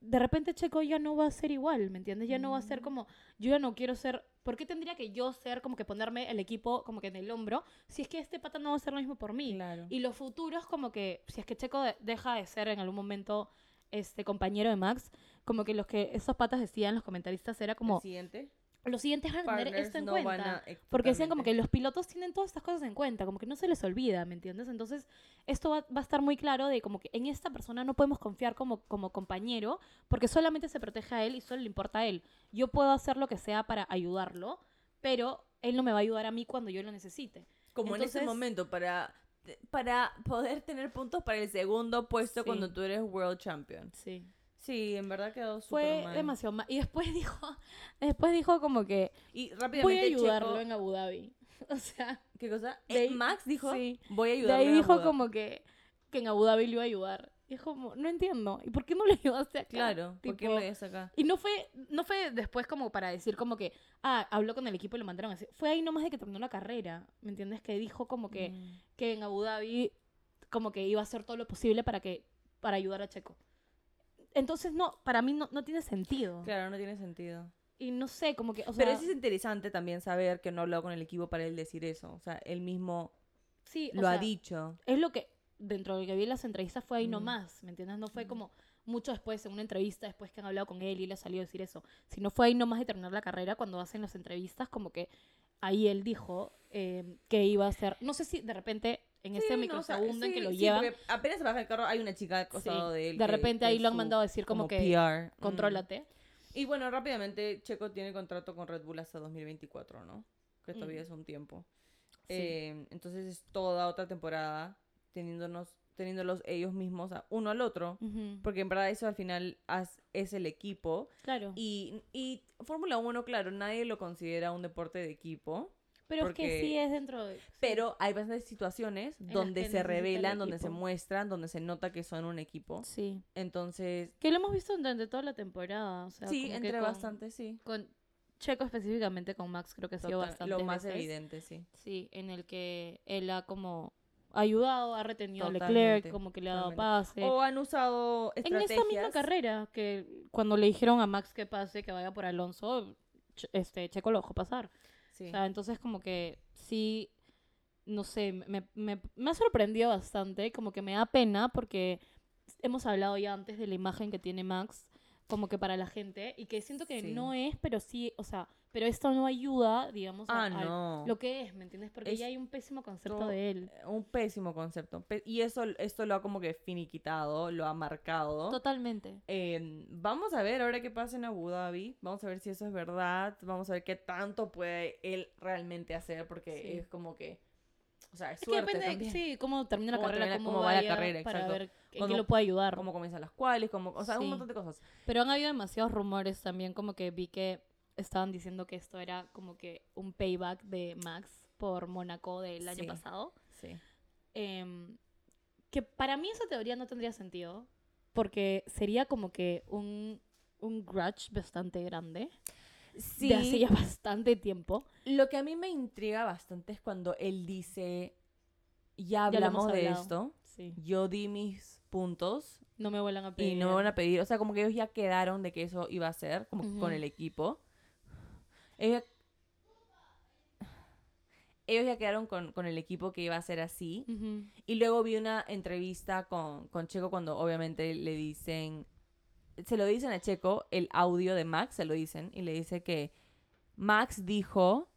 Speaker 2: de repente Checo ya no va a ser igual, ¿me entiendes? Ya no va a
Speaker 1: Mm.
Speaker 2: ser como, yo ya no quiero ser... ¿Por qué tendría que yo ser como que ponerme el equipo como que en el hombro si es que este pata no va a hacer lo mismo por mí?
Speaker 1: Claro.
Speaker 2: Y los futuros como que, si es que Checo de- deja de ser en algún momento este compañero de Max, como que los que esos patas decían los comentaristas era como,
Speaker 1: El siguiente,
Speaker 2: los siguientes van a tener
Speaker 1: partners
Speaker 2: esto en
Speaker 1: no
Speaker 2: cuenta.
Speaker 1: van a...
Speaker 2: Porque decían como que
Speaker 1: Exactamente.
Speaker 2: los pilotos tienen todas estas cosas en cuenta, como que no se les olvida, ¿me entiendes? Entonces, esto va, va a estar muy claro de como que en esta persona no podemos confiar como, como compañero, porque solamente se protege a él y solo le importa a él. Yo puedo hacer lo que sea para ayudarlo, pero él no me va a ayudar a mí cuando yo lo necesite.
Speaker 1: Como en
Speaker 2: Entonces-
Speaker 1: ese momento, para, para poder tener puntos para el segundo puesto
Speaker 2: Sí.
Speaker 1: cuando tú eres World Champion.
Speaker 2: Sí.
Speaker 1: Sí, en verdad quedó súper
Speaker 2: Fue
Speaker 1: mal.
Speaker 2: demasiado mal. Y después dijo, después dijo como que
Speaker 1: Y
Speaker 2: voy
Speaker 1: rápidamente
Speaker 2: a ayudarlo
Speaker 1: Checo-
Speaker 2: en Abu Dhabi. O sea,
Speaker 1: ¿Qué cosa?
Speaker 2: De
Speaker 1: Eh,
Speaker 2: ahí-
Speaker 1: Max dijo,
Speaker 2: sí.
Speaker 1: voy a
Speaker 2: De
Speaker 1: ayudarlo
Speaker 2: ahí
Speaker 1: en
Speaker 2: dijo
Speaker 1: Abu Dhabi.
Speaker 2: como que, que en Abu Dhabi le iba a ayudar. Y es como, no entiendo. ¿Y por qué no le ayudaste acá?
Speaker 1: Claro, ¿por qué
Speaker 2: Tipo,
Speaker 1: lo hayas acá?
Speaker 2: Y no fue, no fue después como para decir como que, ah, habló con el equipo y lo mandaron así. Fue ahí nomás de que terminó la carrera, ¿me entiendes? Que dijo como que,
Speaker 1: Mm.
Speaker 2: que en Abu Dhabi como que iba a hacer todo lo posible para que, para ayudar a Checo. Entonces no, para mí no, no tiene sentido.
Speaker 1: Claro, no tiene sentido.
Speaker 2: Y no sé, como que, o sea,
Speaker 1: Pero sí es interesante también saber que no ha hablado con el equipo para él decir eso. O sea, él mismo
Speaker 2: sí, o
Speaker 1: lo ha
Speaker 2: sea,
Speaker 1: dicho.
Speaker 2: es lo que dentro de lo que vi en las entrevistas fue ahí
Speaker 1: Mm.
Speaker 2: nomás, ¿me entiendes? No fue como mucho después en una entrevista, después que han hablado con él y él ha salido a decir eso, sino fue ahí nomás de terminar la carrera cuando hacen las entrevistas, como que ahí él dijo eh, que iba a hacer, no sé si de repente en
Speaker 1: Sí,
Speaker 2: ese
Speaker 1: no, o sea,
Speaker 2: microsegundo Este en que
Speaker 1: sí,
Speaker 2: lo
Speaker 1: sí,
Speaker 2: llevan,
Speaker 1: porque apenas se baja el carro, hay una chica al costado
Speaker 2: sí,
Speaker 1: de él. que-
Speaker 2: repente
Speaker 1: que
Speaker 2: ahí lo han
Speaker 1: su-
Speaker 2: mandado a decir como, que
Speaker 1: PR. mm.
Speaker 2: contrólate.
Speaker 1: Y bueno, rápidamente, Checo tiene contrato con Red Bull hasta 2024, ¿no? Que todavía
Speaker 2: Mm.
Speaker 1: es un tiempo.
Speaker 2: Sí.
Speaker 1: Eh, entonces es toda otra temporada teniéndonos, teniéndolos ellos mismos a- uno al otro.
Speaker 2: Ujú,
Speaker 1: Porque en verdad eso al final has- es el equipo.
Speaker 2: Claro,
Speaker 1: Y, y Fórmula 1, claro, nadie lo considera un deporte de equipo.
Speaker 2: pero es
Speaker 1: porque-
Speaker 2: que sí es dentro de... sí.
Speaker 1: Pero hay bastantes situaciones
Speaker 2: las
Speaker 1: donde
Speaker 2: que
Speaker 1: se
Speaker 2: necesita el
Speaker 1: revelan, donde se
Speaker 2: equipo.
Speaker 1: muestran, donde se nota que son un equipo.
Speaker 2: Sí.
Speaker 1: Entonces,
Speaker 2: Que lo hemos visto durante toda la temporada, o sea,
Speaker 1: sí,
Speaker 2: como que
Speaker 1: entre
Speaker 2: con-
Speaker 1: bastante, sí.
Speaker 2: con Checo específicamente con Max creo que ha sido
Speaker 1: Total,
Speaker 2: bastante
Speaker 1: lo más
Speaker 2: veces.
Speaker 1: evidente, sí.
Speaker 2: sí en el que él ha como ayudado ha retenido a
Speaker 1: Totalmente,
Speaker 2: Leclerc como que le ha dado
Speaker 1: totalmente.
Speaker 2: pase
Speaker 1: O han usado
Speaker 2: en esta misma
Speaker 1: estrategias.
Speaker 2: carrera que cuando le dijeron a Max que pase que vaya por Alonso Ch- este Checo lo dejó pasar
Speaker 1: Sí.
Speaker 2: o sea entonces como que sí no sé me, me, me ha sorprendido bastante como que me da pena porque hemos hablado ya antes de la imagen que tiene Max como que para la gente y que siento que
Speaker 1: Sí.
Speaker 2: no es, pero sí, o sea, pero esto no ayuda, digamos, a,
Speaker 1: Ah,
Speaker 2: al-
Speaker 1: no.
Speaker 2: lo que es, ¿me entiendes? Porque
Speaker 1: Es
Speaker 2: ya hay un pésimo concepto
Speaker 1: todo-
Speaker 2: de él.
Speaker 1: Un pésimo concepto. Pe- Y eso, esto lo ha como que finiquitado, lo ha marcado.
Speaker 2: Totalmente.
Speaker 1: Eh, vamos a ver ahora qué pasa en Abu Dhabi. Vamos a ver si eso es verdad. Vamos a ver qué tanto puede él realmente hacer. Porque
Speaker 2: Sí.
Speaker 1: es como que. O sea, es,
Speaker 2: Es que
Speaker 1: suerte
Speaker 2: depende,
Speaker 1: también.
Speaker 2: sí, cómo termina la
Speaker 1: Cómo
Speaker 2: carrera,
Speaker 1: termina-
Speaker 2: cómo,
Speaker 1: cómo va la
Speaker 2: vaya
Speaker 1: carrera,
Speaker 2: para
Speaker 1: exacto.
Speaker 2: ver en
Speaker 1: Cómo-
Speaker 2: qué lo puede ayudar.
Speaker 1: Cómo comienzan las cuales, como, o sea, un
Speaker 2: Sí.
Speaker 1: montón de cosas.
Speaker 2: Pero han habido demasiados rumores también, como que vi que estaban diciendo que esto era como que un payback de Max por Mónaco del año
Speaker 1: Sí.
Speaker 2: pasado.
Speaker 1: Sí.
Speaker 2: Em, que para mí esa teoría no tendría sentido, porque sería como que un, un grudge bastante grande,
Speaker 1: Sí.
Speaker 2: de hace ya bastante tiempo.
Speaker 1: Lo que a mí me intriga bastante es cuando él dice. Ya
Speaker 2: Ya lo hemos
Speaker 1: hablamos de
Speaker 2: hablado".
Speaker 1: esto.
Speaker 2: Sí,
Speaker 1: Yo di mis puntos.
Speaker 2: no me vuelan a pedir.
Speaker 1: Y no me van a pedir, o sea, como que ellos ya quedaron de que eso iba a ser, como que
Speaker 2: Ujú.
Speaker 1: con el equipo. Ellos, ellos ya quedaron con, con el equipo que iba a ser así.
Speaker 2: Ujú.
Speaker 1: Y luego vi una entrevista con, con Checo cuando obviamente le dicen, se lo dicen a Checo, el audio de Max, se lo dicen, y le dice que Max dijo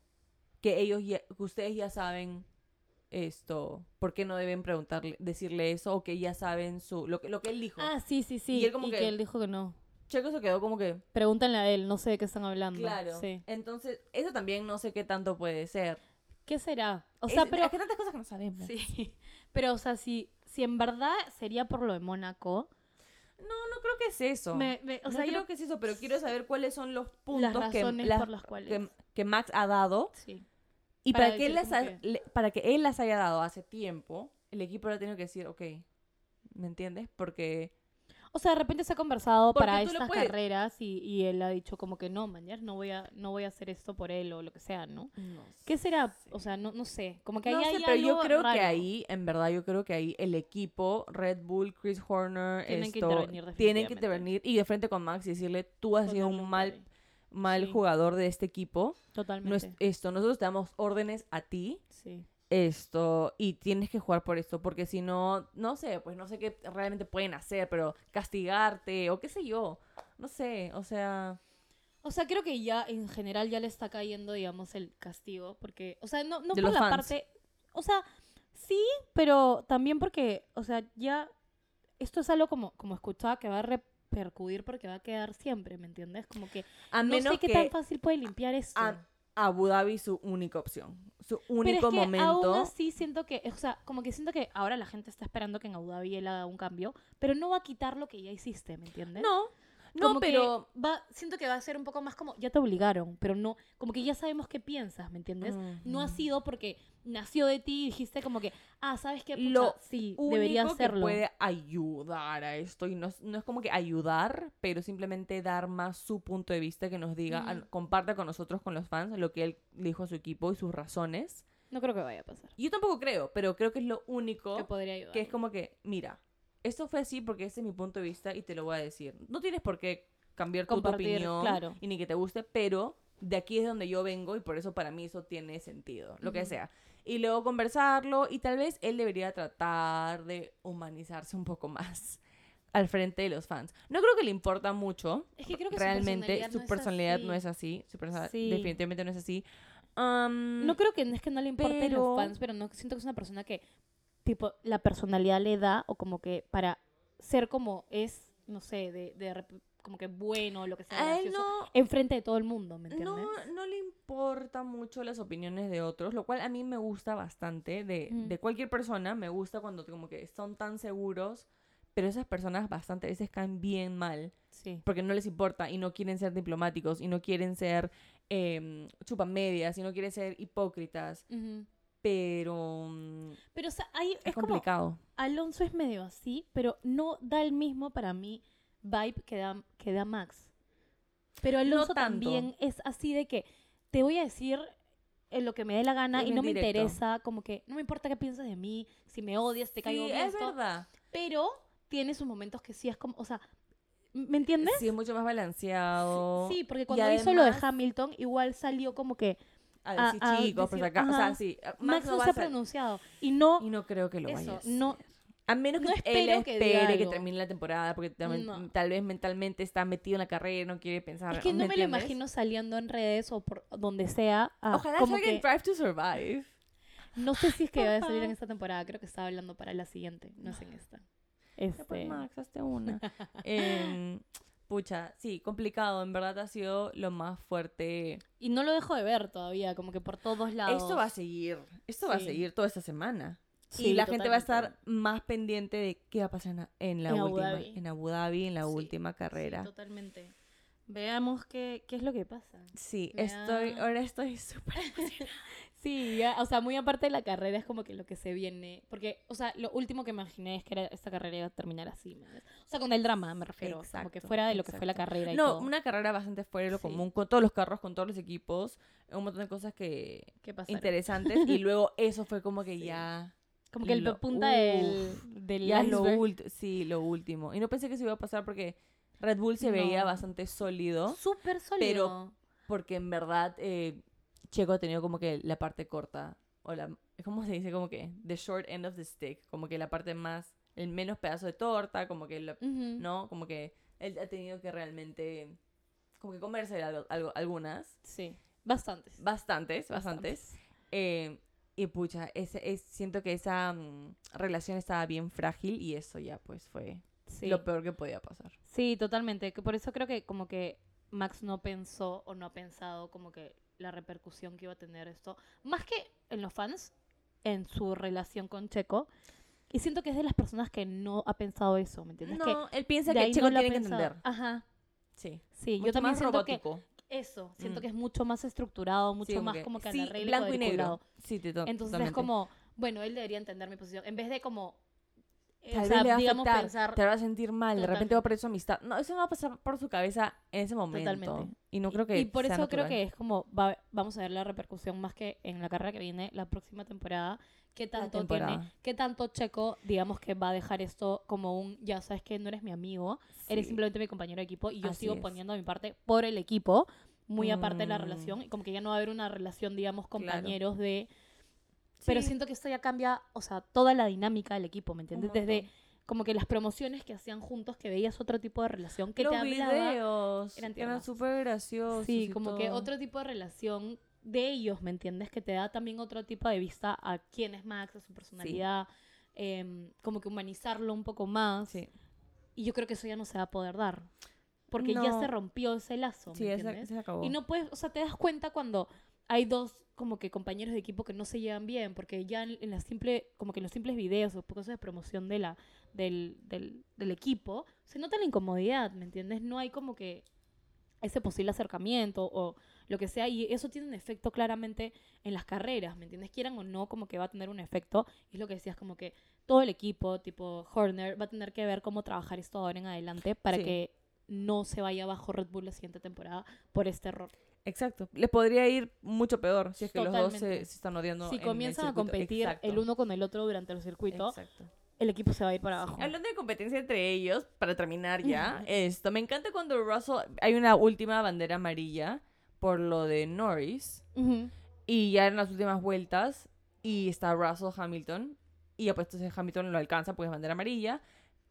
Speaker 1: que ellos, ya- que ustedes ya saben esto, ¿por qué no deben preguntarle, decirle eso? O que ya saben su, lo, que- lo que él dijo.
Speaker 2: Ah, sí, sí, sí.
Speaker 1: Y él como
Speaker 2: y
Speaker 1: que-
Speaker 2: que... él dijo que no.
Speaker 1: Checo se quedó como que,
Speaker 2: Pregúntenle a él, no sé de qué están hablando.
Speaker 1: claro.
Speaker 2: Sí.
Speaker 1: Entonces, eso también no sé qué tanto puede ser.
Speaker 2: ¿Qué será? O sea,
Speaker 1: Es-
Speaker 2: pero...
Speaker 1: es que tantas cosas que no sabemos.
Speaker 2: Sí. Pero, o sea, si, si en verdad sería por lo de Mónaco,
Speaker 1: No creo que es eso.
Speaker 2: me- me- o
Speaker 1: No
Speaker 2: sea,
Speaker 1: creo
Speaker 2: yo
Speaker 1: que es eso, pero quiero saber cuáles son los
Speaker 2: las
Speaker 1: puntos que,
Speaker 2: razones
Speaker 1: las-
Speaker 2: por las cuales.
Speaker 1: que, que Max ha dado
Speaker 2: Sí.
Speaker 1: y
Speaker 2: Para
Speaker 1: para, que él
Speaker 2: decir
Speaker 1: las
Speaker 2: como
Speaker 1: ha- le- para que él las haya dado hace tiempo, el equipo le ha tenido que decir, ok, ¿me entiendes? Porque
Speaker 2: O sea, de repente se ha conversado
Speaker 1: Porque
Speaker 2: para
Speaker 1: tú lo
Speaker 2: estas
Speaker 1: puedes-
Speaker 2: carreras y, y él ha dicho como que no, mañana no voy a, no voy a hacer esto por él o lo que sea, ¿no? ¿Qué será? O sea, no, no sé. Como que ahí
Speaker 1: no sé,
Speaker 2: hay
Speaker 1: pero yo
Speaker 2: algo
Speaker 1: creo que
Speaker 2: raro.
Speaker 1: ahí, en verdad, yo creo que ahí el equipo, Red Bull, Chris Horner,
Speaker 2: Tienen que
Speaker 1: esto,
Speaker 2: intervenir
Speaker 1: tienen que
Speaker 2: definitivamente.
Speaker 1: intervenir y de frente con Max y decirle, tú has sido
Speaker 2: Ponerle
Speaker 1: un mal,
Speaker 2: pare.
Speaker 1: mal
Speaker 2: Sí.
Speaker 1: jugador de este equipo. No es-
Speaker 2: Totalmente.
Speaker 1: esto, nosotros te damos órdenes a ti.
Speaker 2: Sí.
Speaker 1: esto y tienes que jugar por esto porque si no, no sé, pues no sé qué realmente pueden hacer, pero castigarte o qué sé yo, no sé, o sea,
Speaker 2: O sea, creo que ya en general ya le está cayendo, digamos, el castigo, porque, o sea, no, no
Speaker 1: De
Speaker 2: por
Speaker 1: los
Speaker 2: la
Speaker 1: fans.
Speaker 2: parte, o sea, sí, pero también porque, o sea, ya esto es algo como, como escuchaba que va a repercutir porque va a quedar siempre, ¿me entiendes? Como que
Speaker 1: a
Speaker 2: no
Speaker 1: menos
Speaker 2: sé qué
Speaker 1: que
Speaker 2: tan fácil puede limpiar esto.
Speaker 1: a- Abu Dhabi es su única opción, su único
Speaker 2: pero es que
Speaker 1: momento.
Speaker 2: aún así siento que, o sea, como que siento que ahora la gente está esperando que en Abu Dhabi él haga un cambio, pero no va a quitar lo que ya hiciste, ¿me entiendes?
Speaker 1: No, no,
Speaker 2: Como que
Speaker 1: pero
Speaker 2: va, siento que va a ser un poco más como, ya te obligaron, pero no, como que ya sabemos qué piensas, ¿me entiendes? No ha
Speaker 1: Ujú.
Speaker 2: sido porque nació de ti y dijiste como que, ah, ¿sabes qué? Pucha,
Speaker 1: Lo
Speaker 2: sí,
Speaker 1: único
Speaker 2: debería
Speaker 1: que
Speaker 2: hacerlo.
Speaker 1: puede ayudar a esto y no es, no es como que ayudar, pero simplemente dar más su punto de vista que nos diga,
Speaker 2: Ujú.
Speaker 1: a- comparta con nosotros, con los fans, lo que él dijo a su equipo y sus razones.
Speaker 2: No creo que vaya a pasar.
Speaker 1: Yo tampoco creo, pero creo que es lo único
Speaker 2: Que podría ayudar.
Speaker 1: que es como que, mira, esto fue así porque ese es mi punto de vista y te lo voy a decir. No tienes por qué cambiar tu- tu
Speaker 2: Compartir,
Speaker 1: opinión
Speaker 2: claro.
Speaker 1: y ni que te guste, pero de aquí es donde yo vengo y por eso para mí eso tiene sentido, lo que
Speaker 2: Ujú.
Speaker 1: sea. Y luego conversarlo y tal vez él debería tratar de humanizarse un poco más al frente de los fans. No creo que le importa mucho.
Speaker 2: Es que creo que su
Speaker 1: Realmente
Speaker 2: personalidad
Speaker 1: su
Speaker 2: no es
Speaker 1: personalidad
Speaker 2: así.
Speaker 1: no es así, su personalidad
Speaker 2: Sí.
Speaker 1: definitivamente no es así. Am,
Speaker 2: No creo que es que no le importen
Speaker 1: Pero-
Speaker 2: los fans, pero no siento que es una persona que, tipo, la personalidad le da o como que para ser como es, no sé, de, de rep- como que bueno, lo que sea,
Speaker 1: a él
Speaker 2: gracioso,
Speaker 1: no,
Speaker 2: enfrente de todo el mundo, ¿me entiendes?
Speaker 1: No, no le importa mucho las opiniones de otros, lo cual a mí me gusta bastante de,
Speaker 2: Mm.
Speaker 1: de cualquier persona. Me gusta cuando como que son tan seguros, pero esas personas bastante a veces caen bien mal
Speaker 2: Sí.
Speaker 1: porque no les importa y no quieren ser diplomáticos y no quieren ser eh, chupamedias y no quieren ser hipócritas,
Speaker 2: Ujú.
Speaker 1: pero mm, es,
Speaker 2: Pero, o sea, hay, es, como,
Speaker 1: complicado.
Speaker 2: Alonso es medio así, pero no da el mismo para mí vibe que da, que da Max. Pero Alonso
Speaker 1: tanto.
Speaker 2: también es así de que te voy a decir eh, lo que me dé la gana
Speaker 1: Es
Speaker 2: y
Speaker 1: bien
Speaker 2: no me
Speaker 1: directo.
Speaker 2: interesa, como que no me importa qué pienses de mí, si me odias, te caigo
Speaker 1: Sí,
Speaker 2: bien,
Speaker 1: es
Speaker 2: esto,
Speaker 1: verdad.
Speaker 2: pero tiene sus momentos que sí es como, o sea, ¿me entiendes?
Speaker 1: Sí, es mucho más balanceado.
Speaker 2: Sí, porque
Speaker 1: Y
Speaker 2: cuando hizo lo de
Speaker 1: además-
Speaker 2: Hamilton, igual salió como que
Speaker 1: A decir,
Speaker 2: a- a
Speaker 1: chicos, por si
Speaker 2: decir,
Speaker 1: acá. O sea,
Speaker 2: ajá,
Speaker 1: sí, Max,
Speaker 2: Max,
Speaker 1: no
Speaker 2: no
Speaker 1: va
Speaker 2: se
Speaker 1: a
Speaker 2: ha
Speaker 1: ser-
Speaker 2: pronunciado y no
Speaker 1: Y no creo que lo
Speaker 2: eso,
Speaker 1: vayas.
Speaker 2: no
Speaker 1: A menos que
Speaker 4: No
Speaker 1: él
Speaker 4: espero que diga
Speaker 1: espere que,
Speaker 4: algo.
Speaker 1: termine la temporada, porque tam-
Speaker 4: No.
Speaker 1: tal vez mentalmente está metido en la carrera y no quiere pensar.
Speaker 2: Es que no me lo
Speaker 1: entiendes? Ah,
Speaker 2: imagino saliendo en redes o por donde sea. a-
Speaker 1: Ojalá
Speaker 2: como
Speaker 1: salga en
Speaker 2: que-
Speaker 1: Drive to Survive.
Speaker 2: No sé si es que va a salir en esta temporada. Creo que estaba hablando para la siguiente. No es en esta.
Speaker 1: Ya, pues,
Speaker 2: Este,
Speaker 1: Max, hazte una. Em, pucha, sí, complicado. En verdad ha sido lo más fuerte.
Speaker 2: y no lo dejo de ver todavía, como que por todos lados.
Speaker 1: Esto va a seguir. Esto va a
Speaker 2: Sí.
Speaker 1: seguir toda esta semana.
Speaker 2: Sí,
Speaker 1: y la gente va a
Speaker 2: totalmente.
Speaker 1: estar más pendiente de qué va a pasar en la, en la
Speaker 2: En Abu
Speaker 1: última.
Speaker 2: Dhabi.
Speaker 1: En Abu Dhabi, en la
Speaker 2: Sí,
Speaker 1: última carrera.
Speaker 2: Sí, totalmente. Veamos qué, qué es lo que pasa.
Speaker 1: Sí,
Speaker 2: Me
Speaker 1: estoy,
Speaker 2: da-
Speaker 1: ahora estoy súper emocionada.
Speaker 2: Sí, ya, o sea, muy aparte de la carrera es como que lo que se viene. Porque, o sea, lo último que imaginé es que era- esta carrera iba a terminar así. ¿no? O sea, con el drama, me refiero. como que
Speaker 1: Exacto,
Speaker 2: fuera de lo que fue la
Speaker 1: exacto.
Speaker 2: carrera. Y
Speaker 1: No,
Speaker 2: todo.
Speaker 1: una carrera bastante fuera de lo
Speaker 2: Sí.
Speaker 1: común, con todos los carros, con todos los equipos, un montón de cosas que
Speaker 2: ¿Qué pasaron?
Speaker 1: interesantes. y luego eso fue como que
Speaker 2: Sí.
Speaker 1: ya...
Speaker 2: Como que el
Speaker 1: lo-
Speaker 2: punta
Speaker 1: uf,
Speaker 2: del, del
Speaker 1: Ya lo
Speaker 2: iceberg.
Speaker 1: último, sí, lo último. Y no pensé que se iba a pasar porque Red Bull se veía
Speaker 2: No.
Speaker 1: bastante sólido,
Speaker 2: Súper sólido.
Speaker 1: Pero- porque en verdad eh, Checo ha tenido como que la parte corta, o la, ¿cómo se dice? Como que the short end of the stick, como que la parte más, el menos pedazo de torta, como que, la-
Speaker 4: Ujú.
Speaker 1: ¿no? Como que él ha tenido que realmente, como que comerse algo- algo- algunas,
Speaker 2: Sí, bastantes.
Speaker 1: bastantes, bastantes. Eh, y pucha, ese, es, siento que esa mm, relación estaba bien frágil y eso ya pues fue
Speaker 2: Sí.
Speaker 1: lo peor que podía pasar.
Speaker 2: Sí, totalmente. que Por eso creo que como que Max no pensó o no ha pensado como que la repercusión que iba a tener esto. Más que en los fans, en su relación con Checo. Y siento que es de las personas que no ha pensado eso, ¿me entiendes? que
Speaker 1: él piensa
Speaker 2: de ahí
Speaker 1: que
Speaker 2: no
Speaker 1: Checo
Speaker 2: lo ha
Speaker 1: tiene que
Speaker 2: pensado.
Speaker 1: entender.
Speaker 2: Ajá.
Speaker 1: Sí.
Speaker 2: Sí, yo
Speaker 1: Mucho
Speaker 2: también
Speaker 1: más
Speaker 2: siento
Speaker 1: robótico.
Speaker 2: que eso, siento
Speaker 1: Mm.
Speaker 2: que es mucho más estructurado, mucho
Speaker 1: Sí, como
Speaker 2: más
Speaker 1: que-
Speaker 2: como que a
Speaker 1: sí,
Speaker 2: la regla
Speaker 1: blanco y negro.
Speaker 2: cuadriculado.
Speaker 1: Sí, te to-
Speaker 2: Entonces es
Speaker 1: totalmente.
Speaker 2: como, bueno, él debería entender mi posición en vez de como eh,
Speaker 1: Tal
Speaker 2: o
Speaker 1: vez
Speaker 2: sea,
Speaker 1: le va a
Speaker 2: digamos
Speaker 1: afectar,
Speaker 2: pensar
Speaker 1: te va a sentir mal, de repente va a
Speaker 2: Totalmente.
Speaker 1: perder su amistad. No, eso no va a pasar por su cabeza en ese momento.
Speaker 2: Totalmente.
Speaker 1: Y no creo
Speaker 2: Y-
Speaker 1: que
Speaker 2: y por
Speaker 1: sea
Speaker 2: eso creo
Speaker 1: natural.
Speaker 2: que es como va- vamos a ver la repercusión más que en la carrera que viene la próxima temporada qué tanto tiene
Speaker 1: temporada.
Speaker 2: qué tanto Checo digamos que va a dejar esto como un ya sabes que no eres mi amigo eres
Speaker 1: Sí.
Speaker 2: simplemente mi compañero de equipo y yo
Speaker 1: Así
Speaker 2: sigo
Speaker 1: es.
Speaker 2: poniendo mi parte por el equipo muy aparte de la
Speaker 1: Mm.
Speaker 2: relación y como que ya no va a haber una relación digamos
Speaker 1: Claro.
Speaker 2: compañeros de pero
Speaker 1: Sí,
Speaker 2: siento que esto ya cambia o sea toda la dinámica del equipo ¿me
Speaker 1: un
Speaker 2: entiendes? desde
Speaker 1: montón.
Speaker 2: como que las promociones que hacían juntos que veías otro tipo de relación que
Speaker 1: los
Speaker 2: te hablaba
Speaker 1: videos
Speaker 2: eran
Speaker 1: eran,
Speaker 2: tiernos.
Speaker 1: súper graciosos.
Speaker 2: Sí,
Speaker 1: y
Speaker 2: como que
Speaker 1: todo.
Speaker 2: otro tipo de relación de ellos, ¿me entiendes? Que te da también otro tipo de vista a quién es Max, a su personalidad, em, como que humanizarlo un poco más.
Speaker 1: Sí,
Speaker 2: Y yo creo que eso ya no se va a poder dar. Porque ya se
Speaker 1: No.
Speaker 2: rompió ese lazo, ¿me
Speaker 1: sí esa-
Speaker 2: entiendes?
Speaker 1: se acabó.
Speaker 2: Y no puedes, o sea, te das cuenta cuando hay dos como que compañeros de equipo que no se llevan bien, porque ya en, en la simple, como que en los simples videos o cosas de promoción de la, del, del, del equipo, se nota la incomodidad, ¿me entiendes? No hay como que ese posible acercamiento o lo que sea, y eso tiene un efecto claramente en las carreras, ¿me entiendes? Quieran o no, como que va a tener un efecto, y es lo que decías, como que todo el equipo, tipo Horner, va a tener que ver cómo trabajar esto ahora en adelante para
Speaker 1: Sí.
Speaker 2: que no se vaya bajo Red Bull la siguiente temporada por este error.
Speaker 1: Exacto. Les podría ir mucho peor si es que los dos se,
Speaker 2: Totalmente.
Speaker 1: se están odiando.
Speaker 2: si
Speaker 1: en el
Speaker 2: comienzan a
Speaker 1: circuito.
Speaker 2: competir
Speaker 1: Exacto.
Speaker 2: el uno con el otro durante el circuito,
Speaker 1: Exacto.
Speaker 2: el equipo se va a ir para abajo.
Speaker 1: Hablando de competencia entre ellos, para terminar ya, esto, me encanta cuando Russell, hay una última bandera amarilla por lo de Norris,
Speaker 2: Ujú.
Speaker 1: y ya en las últimas vueltas, y está Russell Hamilton, y ya pues entonces Hamilton lo alcanza porque es bandera amarilla,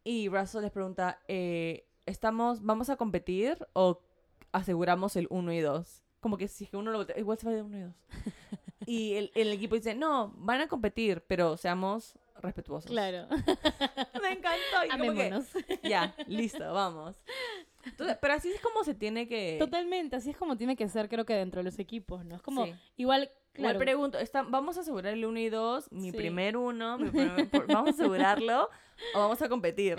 Speaker 1: y Russell les pregunta, eh, ¿estamos, vamos a competir o aseguramos el 1 y 2? Como que si es que uno lo voltea, igual se va de 1 y 2. Y el, el equipo dice, no, van a competir, pero seamos respetuosos.
Speaker 2: Claro,
Speaker 1: Me encantó. y como que-
Speaker 2: amémonos.
Speaker 1: ya, listo, vamos. Entonces, pero así es como se tiene que...
Speaker 2: Totalmente, así es como tiene que ser, creo que dentro de los equipos, ¿no? Es como,
Speaker 1: Sí.
Speaker 2: igual,
Speaker 1: Igual
Speaker 2: claro,
Speaker 1: pregunto, ¿está- ¿vamos a asegurar el 1 y 2? Mi
Speaker 2: Sí.
Speaker 1: primer 1, ¿vamos a asegurarlo o vamos a competir?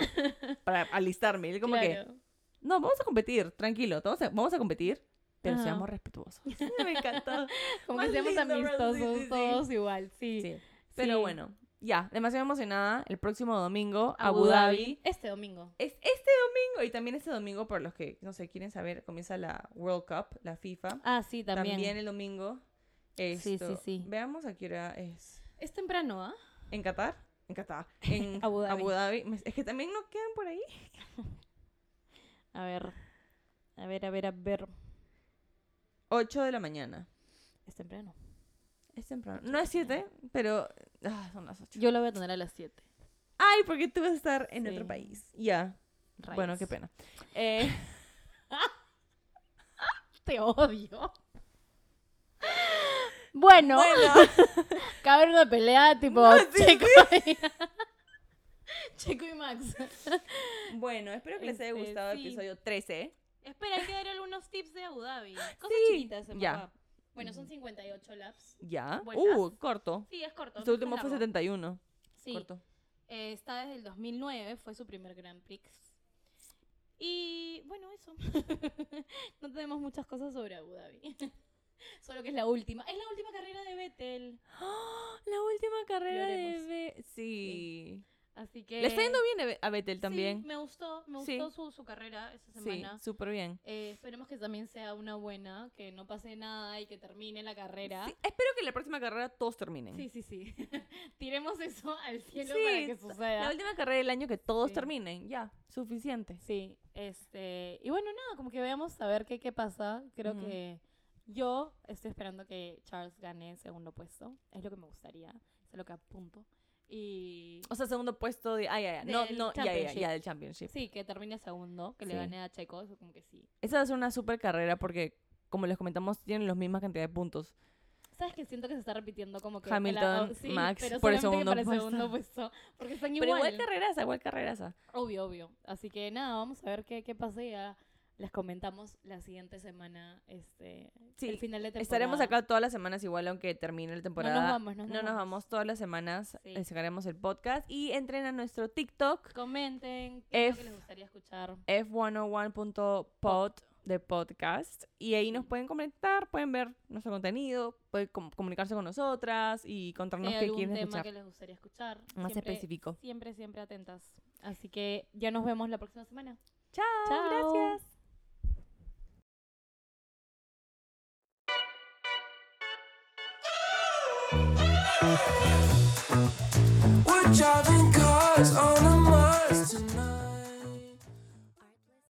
Speaker 1: Para alistarme. Y él como que,
Speaker 2: claro.
Speaker 1: no, vamos a competir, tranquilo, vamos a, vamos a competir, pero
Speaker 2: Ajá.
Speaker 1: seamos respetuosos. Me encantó.
Speaker 2: Como
Speaker 1: más
Speaker 2: que seamos
Speaker 1: lindo, bro, sí,
Speaker 2: amistosos
Speaker 1: sí, sí.
Speaker 2: todos igual, sí.
Speaker 1: Sí. Pero
Speaker 2: Sí.
Speaker 1: bueno, ya, demasiado emocionada. El próximo domingo,
Speaker 2: Abu, Dhabi. Este domingo.
Speaker 1: Es este domingo y también este domingo, por los que, no sé, quieren saber, comienza la World Cup, la FIFA.
Speaker 2: Ah, sí, también.
Speaker 1: también, el domingo.
Speaker 2: sí,
Speaker 1: Esto,
Speaker 2: sí.
Speaker 1: Veamos a qué hora es.
Speaker 2: Es temprano, ¿ah?
Speaker 1: ¿En Qatar? En Qatar. En
Speaker 2: Abu
Speaker 1: Abu
Speaker 2: Dhabi.
Speaker 1: Dhabi. Me- Es que también no quedan por ahí.
Speaker 2: A ver, a ver, a ver, a ver.
Speaker 1: 8 de la mañana.
Speaker 2: Es temprano.
Speaker 1: Es temprano. No es 7, pero ah, son las 8.
Speaker 2: Yo lo voy a tener a las 7.
Speaker 1: ay, porque tú vas a estar en otro
Speaker 2: Sí.
Speaker 1: país. Ya. Bueno, qué pena. Eh,
Speaker 2: Te odio. Bueno,
Speaker 1: bueno,
Speaker 2: cada vez una pelea tipo
Speaker 1: No, sí,
Speaker 2: Checo, y... Checo y Max.
Speaker 1: bueno, espero que les haya
Speaker 2: Este,
Speaker 1: gustado el
Speaker 2: sí.
Speaker 1: episodio 13.
Speaker 2: Espera, hay que dar algunos tips de Abu Dhabi. Cosas
Speaker 1: Sí,
Speaker 2: chiquitas, en
Speaker 1: ya.
Speaker 2: verdad. Bueno, son 58 laps.
Speaker 1: Ya.
Speaker 2: Buenas.
Speaker 1: Uh, corto.
Speaker 2: Sí, es corto.
Speaker 1: Este último
Speaker 2: es
Speaker 1: fue
Speaker 2: largo.
Speaker 1: 71.
Speaker 2: Sí,
Speaker 1: Corto.
Speaker 2: eh, está desde el 2009, fue su primer Grand Prix. Y bueno, eso. no tenemos muchas cosas sobre Abu Dhabi. Solo que es la última. Es la última carrera de Vettel.
Speaker 1: La última carrera
Speaker 2: Lloremos.
Speaker 1: de... Be- Sí.
Speaker 2: Así que...
Speaker 1: Le está yendo bien a Be- a Vettel también.
Speaker 2: Eh, Sí, me gustó, me
Speaker 1: Sí.
Speaker 2: gustó su, su carrera esa
Speaker 1: Sí,
Speaker 2: semana.
Speaker 1: súper bien.
Speaker 2: Eh, esperemos que también sea una buena, que no pase nada y que termine la carrera.
Speaker 1: Sí, espero que la próxima carrera todos terminen.
Speaker 2: ¿Ah? Sí, sí, sí. Tiremos eso al cielo
Speaker 1: Sí,
Speaker 2: para que
Speaker 1: La
Speaker 2: suceda.
Speaker 1: última carrera del año que todos
Speaker 2: Sí.
Speaker 1: terminen. Ya, suficiente.
Speaker 2: Sí, este. Y bueno, nada, como que veamos a ver qué, qué pasa. Creo
Speaker 1: Ujú.
Speaker 2: que yo estoy esperando que Charles gane segundo puesto. Es lo que me gustaría. Es lo que apunto. Y.
Speaker 1: O sea, segundo puesto de... Ah, ya, ya. No,
Speaker 2: Del
Speaker 1: no, ya, ya, ya,
Speaker 2: championship.
Speaker 1: del championship.
Speaker 2: Sí, que termine segundo, que le
Speaker 1: Sí.
Speaker 2: gane a Checo, eso como que sí.
Speaker 1: Esa va a ser una super carrera porque, como les comentamos, tienen la misma cantidad de puntos.
Speaker 2: ¿Sabes que siento que se está repitiendo como que el
Speaker 1: Hamilton,
Speaker 2: lado-
Speaker 1: Max,
Speaker 2: pero
Speaker 1: por el
Speaker 2: solamente
Speaker 1: segundo
Speaker 2: para
Speaker 1: puesto.
Speaker 2: segundo puesto, Porque están
Speaker 1: Pero
Speaker 2: igual.
Speaker 1: igual carreraza, igual carreraza.
Speaker 2: Obvio, obvio. Así que nada, vamos a ver qué, qué pasa y ya les comentamos la siguiente semana, este,
Speaker 1: Sí,
Speaker 2: el final de temporada.
Speaker 1: Estaremos acá todas las semanas igual, aunque termine la temporada.
Speaker 2: vamos, no nos
Speaker 1: nos
Speaker 2: vamos.
Speaker 1: vamos. Todas las semanas
Speaker 2: Sí.
Speaker 1: eh, sacaremos el podcast y entren a nuestro TikTok oh
Speaker 2: Comenten qué es
Speaker 1: F-
Speaker 2: lo que les gustaría escuchar.
Speaker 1: f101.pod de podcast y ahí nos pueden comentar, pueden ver nuestro contenido, pueden com- comunicarse con nosotras y
Speaker 2: Si
Speaker 1: contarnos
Speaker 2: hay
Speaker 1: qué
Speaker 2: algún
Speaker 1: quieren
Speaker 2: tema
Speaker 1: escuchar.
Speaker 2: que les gustaría escuchar.
Speaker 1: Más
Speaker 2: Siempre-
Speaker 1: específico.
Speaker 2: Siempre, siempre atentas. Así que ya nos vemos la próxima semana.
Speaker 1: Chao,
Speaker 2: Chao.
Speaker 1: gracias.
Speaker 6: Thank you.